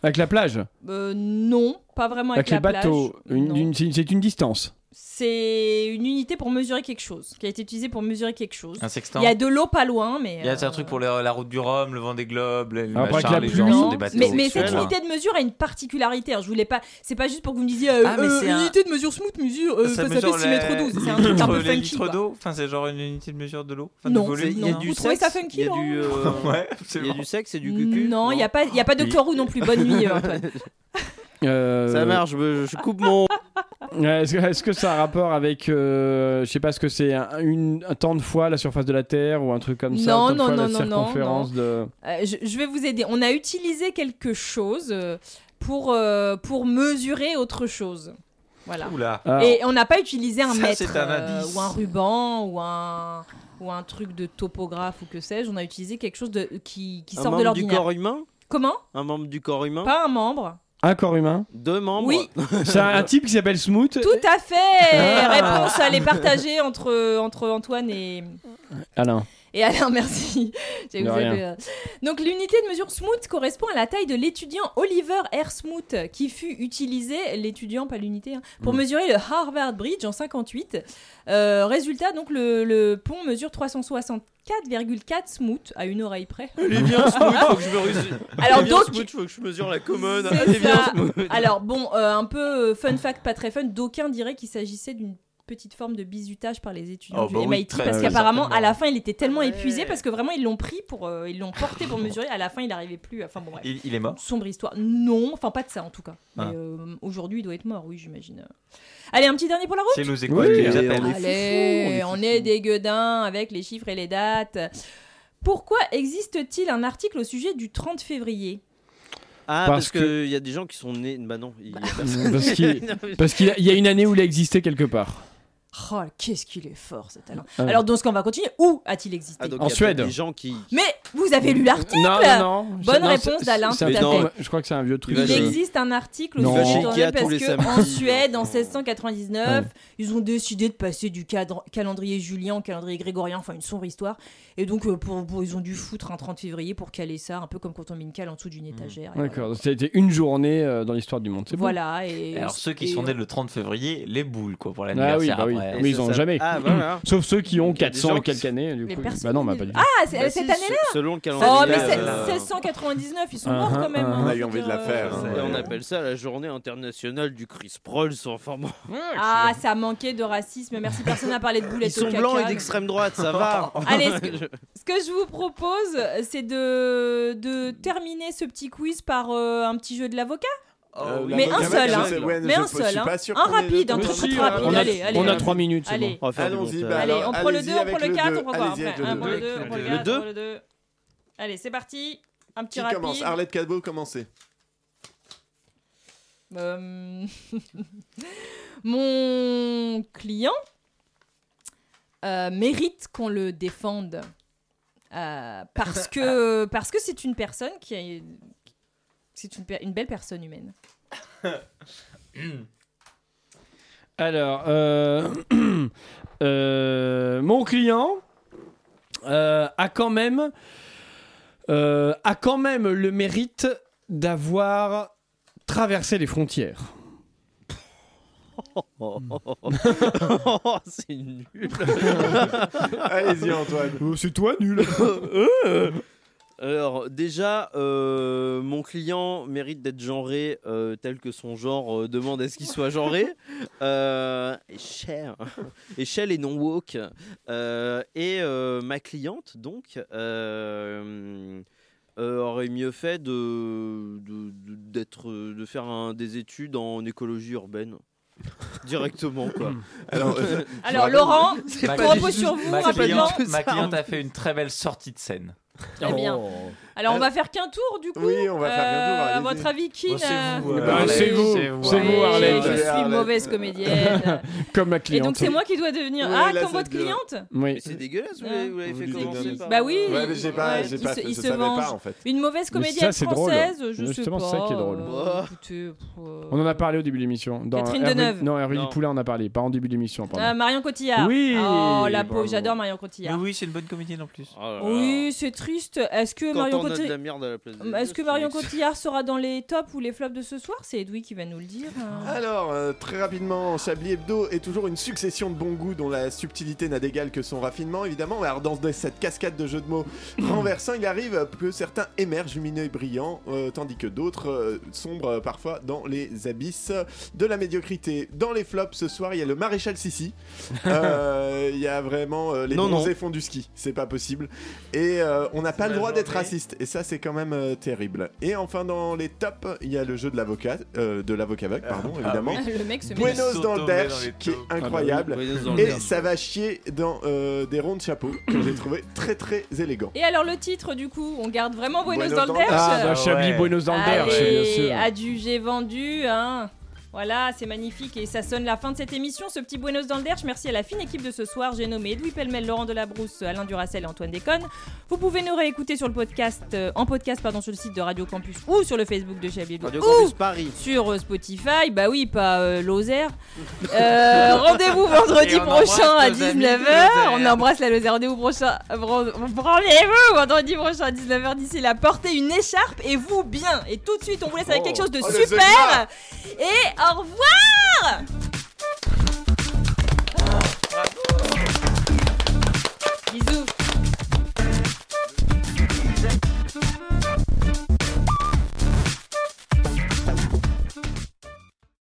Avec la plage Euh, non, pas vraiment avec, Avec, les la plage. bateaux Une- Non. une- C'est c'est une distance. C'est une unité pour mesurer quelque chose, qui a été utilisée pour mesurer quelque chose. Un sextant. Il y a de l'eau pas loin, mais. Il y a un euh, truc pour le- la route du Rhum, le vent des globes, les, Ah, pas machins, que la les pluie. gens Non, sur des bateaux. Mais, mais sexuels. hein. cette unité de mesure a une particularité. hein. Je voulais pas. C'est pas juste pour que vous me disiez euh, Ah, mais euh, c'est un- unité de mesure smooth mesure. euh, Ça ça, ça mesure fait 6 les- mètres 12. C'est un les truc un litres- peu <laughs> les funky. litres quoi. d'eau, enfin c'est genre une unité de mesure de l'eau. Enfin, de Non, C'est- volume. Il y a Non. du Vous trouvez sexe. ça funky, Il y a Laurent du, euh, Ouais, il y a du sexe et du cucu. Mm, Non, il n'y a pas, y a pas Doctor Who non plus. Bonne <laughs> nuit, euh, Antoine. Euh, Ça marche, je, me- je coupe mon. Ouais, Est-ce que, est-ce que ça a un rapport avec, euh, je sais pas ce que c'est, un, une- un temps de fois la surface de la Terre ou un truc comme ça Non, un temps de non, fois, non, non, la circonférence de. Euh, je, je vais vous aider. On a utilisé quelque chose euh, pour, euh, pour mesurer autre chose. Voilà. Oula. Ah, Et on n'a pas utilisé un Ça, mètre c'est un euh, indice. ou un ruban ou un ou un truc de topographe ou que sais-je. On a utilisé quelque chose de, qui, qui Un sort de membre du l'ordinaire. corps humain Comment Un membre du corps humain Pas un membre. un <laughs> corps humain. Deux membres Oui, C'est un, un type qui s'appelle Smoot. tout à fait. Euh, Ah. Réponse à les partager entre entre Antoine et Alain. Et Alain, <laughs> merci. J'ai- De vous rien. avez, euh, Donc l'unité de mesure Smoot correspond à la taille de l'étudiant Oliver R. Smoot, qui fut utilisé, l'étudiant, pas l'unité, hein, pour Mm. mesurer le Harvard Bridge en 58. Euh, résultat, donc le, le pont mesure 364,4 Smoot, à une oreille près. Allez, viens, Smoot, faut que <laughs> je me ruse- Alors, Allez, viens, donc- Smoot, faut que je mesure la commode. C'est Allez, viens, ça. Smoot. Alors bon, euh, un peu euh, fun fact, pas très fun, d'aucuns diraient qu'il s'agissait d'une petite forme de bisutage par les étudiants Oh, du bah oui, MIT très- parce oui, qu'apparemment certainement. à la fin il était tellement épuisé parce que vraiment ils l'ont pris pour euh, ils l'ont porté pour mesurer à la fin il n'arrivait plus enfin bon bref. Il- il est mort sombre histoire non enfin pas de ça en tout cas Mais, Ah. euh, aujourd'hui il doit être mort oui j'imagine allez un petit dernier pour la route Si elle nous écoute, Oui, elle nous allez, appelle. on est foufou, on allez est on est des gueudins avec les chiffres et les dates pourquoi existe-t-il un article au sujet du 30 février Ah, Parce parce, que qu'il y a des gens qui sont nés. Bah non, il y a personne. Parce qu'il parce qu'il y a- il y a une année où il a existé quelque part. Oh, qu'est-ce qu'il est fort ce talent. Ah. Alors, donc, ce qu'on va continuer, où a-t-il existé Ah, donc, En il y a Suède. peut-être des gens qui. Mais vous avez lu l'article Non, non, non. euh, Bonne Non, réponse c'est- d'Alain, tout c'est- à c'est- non, fait. mais Je crois que c'est un vieux truc. Il euh, existe un article Non. au sujet Il va du chez journal Ikea parce tous les que en samedis. Suède, en 1699, Ouais. ils ont décidé de passer du cadre- calendrier julien au calendrier grégorien, enfin une sombre histoire. Et donc, euh, pour, pour- ils ont dû foutre un 30 février pour caler ça, un peu comme quand on met une cale en dessous d'une étagère. et D'accord, ça a été une journée euh, dans l'histoire du monde. c'est bon. Voilà, et- Alors ceux qui et- sont nés le 30 février, les boules quoi pour Ah oui, l'anniversaire. bah oui. après. hein. Oui, ils ont jamais. Ah, Sauf ceux qui ont Il y a des 400 gens et qui quelques années. Du euh, Mais coup. personne Bah non, bah pas du tout. Ah, c'est- Bah cette si, année-là se- Oh, selon le mais calendrier, c'est- euh, 1699, ils sont Ah, morts quand même. hein. Et on appelle ça la journée internationale du Chris Prolls en format. Ah, ça manquait de racisme. Merci, personne n'a parlé de boulettes Ils sont au caca. blancs et d'extrême droite, ça va. Allez, ce que, <laughs> ce que je vous propose, c'est de, de terminer ce petit quiz par euh, un petit jeu de l'avocat. Euh, oui. mais un l'avocat, seul, je hein. sais- ouais, mais je un suis pas seul, hein. sûr un qu'on ait rapide, le un temps. truc Mais si, trop rapide. on a- allez, allez, on a allez. trois minutes, c'est Allez. bon. On va faire du Allons-y, montage. bah allez, on prend le Allez-y 2, on prend avec le le 4, deux. on prend voir Allez-y après. avec le Un prend deux. le 2, on prend le Le 4, deux. on prend le 2. Allez, c'est parti. Un petit Qui rapide. commence Arlette Cadbeau, <laughs> commencez. Euh, <laughs> Mon client euh, mérite qu'on le défende euh, parce que parce que c'est une personne qui a- c'est une, per- une belle personne humaine. Alors, euh, <clears throat> euh, mon client euh, a quand même euh, a quand même le mérite d'avoir traversé les frontières. <laughs> Oh, c'est nul. Euh, Allez-y, Antoine. <laughs> c'est toi nul. Alors déjà, euh, mon client mérite d'être genré euh, tel que son genre euh, demande à ce qu'il <laughs> soit genré. Euh, et cher, et Shell est non woke. Euh, et euh, ma cliente donc euh, euh, aurait mieux fait de de- de- d'être euh, de faire un- des études en écologie urbaine directement quoi. Alors, euh, Alors, Laurent, C'est on pas repose du- sur vous Ma rapidement. cliente, ma cliente a fait une très belle sortie de scène. Très bien. Eh Alors on va faire qu'un tour du coup. <laughs> Oui, on va faire qu'un tour, Euh, à allez-y. votre avis, qui Bon, c'est n'a- vous, Euh, bah, Arlette. c'est vous, C'est vous, c'est vous, ben, Allez, Arlette. Je suis mauvaise comédienne. Comme ma Et cliente. donc c'est moi qui dois devenir. Oui, ah, là, comme ça votre devient- cliente. Oui. <laughs> Mais c'est dégueulasse, vous l'avez vous l'avez fait Vous commencer dites- par. Bah oui, Ouais, mais j'ai pas- ouais, j'ai il pas se, fait- il je se savais venge. pas, en fait. Une mauvaise Mais comédienne ça, c'est drôle. française, je sais Justement, pas. c'est ça qui est drôle. Oh. euh, écoutez, pff, euh, On en a parlé au début de l'émission. Dans Catherine Hervé- Deneuve. Non, Hervé Poulain en a parlé, pas en début de l'émission. pardon. euh, Marion Cotillard. Oui, Oh la bravo. pauvre, j'adore Marion Cotillard. Oui, c'est une bonne comédienne en plus. Oh Oui, c'est triste. Est-ce que Quand Marion on a de Cotillard. la merde à la place des Est-ce autres, que c'est Marion l'excès. Cotillard sera dans les tops ou les flops de ce soir C'est Edoui qui va nous le dire. Ah. <laughs> hein. Alors, euh, très rapidement, Chablis Hebdo est toujours une succession de bons goûts dont la subtilité n'a d'égal que son raffinement, évidemment. Alors, dans cette cascade de jeux <clears throat> de mots renversant, il arrive que certains émergent lumineux et brillants, euh, tandis que d'autres euh, sombrent euh, parfois dans les abysses de la médiocrité. Dans les flops, ce soir, il y a le <laughs> maréchal Sissi. Euh, Il y a vraiment euh, les Non, non. bronzés font du ski. C'est pas possible. Et euh, on n'a pas ma le droit d'être journée. raciste raciste. et ça c'est quand même euh, terrible. Et enfin dans les tops, il y a le jeu de l'avocat, euh, de l'avocat aveugle, pardon Ah, évidemment. ah oui. Le mec se met Buenos dans- dans Sauto le met dans Derch, les qui est tops. Ah bah oui, incroyable. Buenos dans le et Derch. ça va chier dans euh, des ronds de chapeau que j'ai trouvé très très élégant. Et alors le titre du coup, on garde vraiment Buenos, Buenos dans le dans le- Derch Ah, bah, Chablis ouais. Buenos Aires, bien Allez, sûr. adieu, j'ai vendu, hein. Voilà, c'est magnifique et ça sonne la fin de cette émission. Ce petit Buenos dans le Derche, merci à la fine équipe de ce soir. J'ai nommé Edoui Pellemel, Laurent Delabrousse, Alain Duracel et Antoine Déconne. Vous pouvez nous réécouter sur le podcast, euh, en podcast, pardon, sur le site de Radio Campus ou sur le Facebook de Chablis Hebdo Radio ou Campus Paris. sur euh, Spotify. Bah oui, pas euh, Lozère. Euh, <laughs> rendez-vous vendredi Et on prochain à embrasse nos amis de 19h. On Lozère. embrasse la Lozère. Rendez-vous prochain. euh, ren- Rendez-vous vendredi prochain à 19h. D'ici là, portez une écharpe et vous bien. Et tout de suite, on vous laisse avec Oh. quelque chose de Oh, le super. Et au revoir! Ah.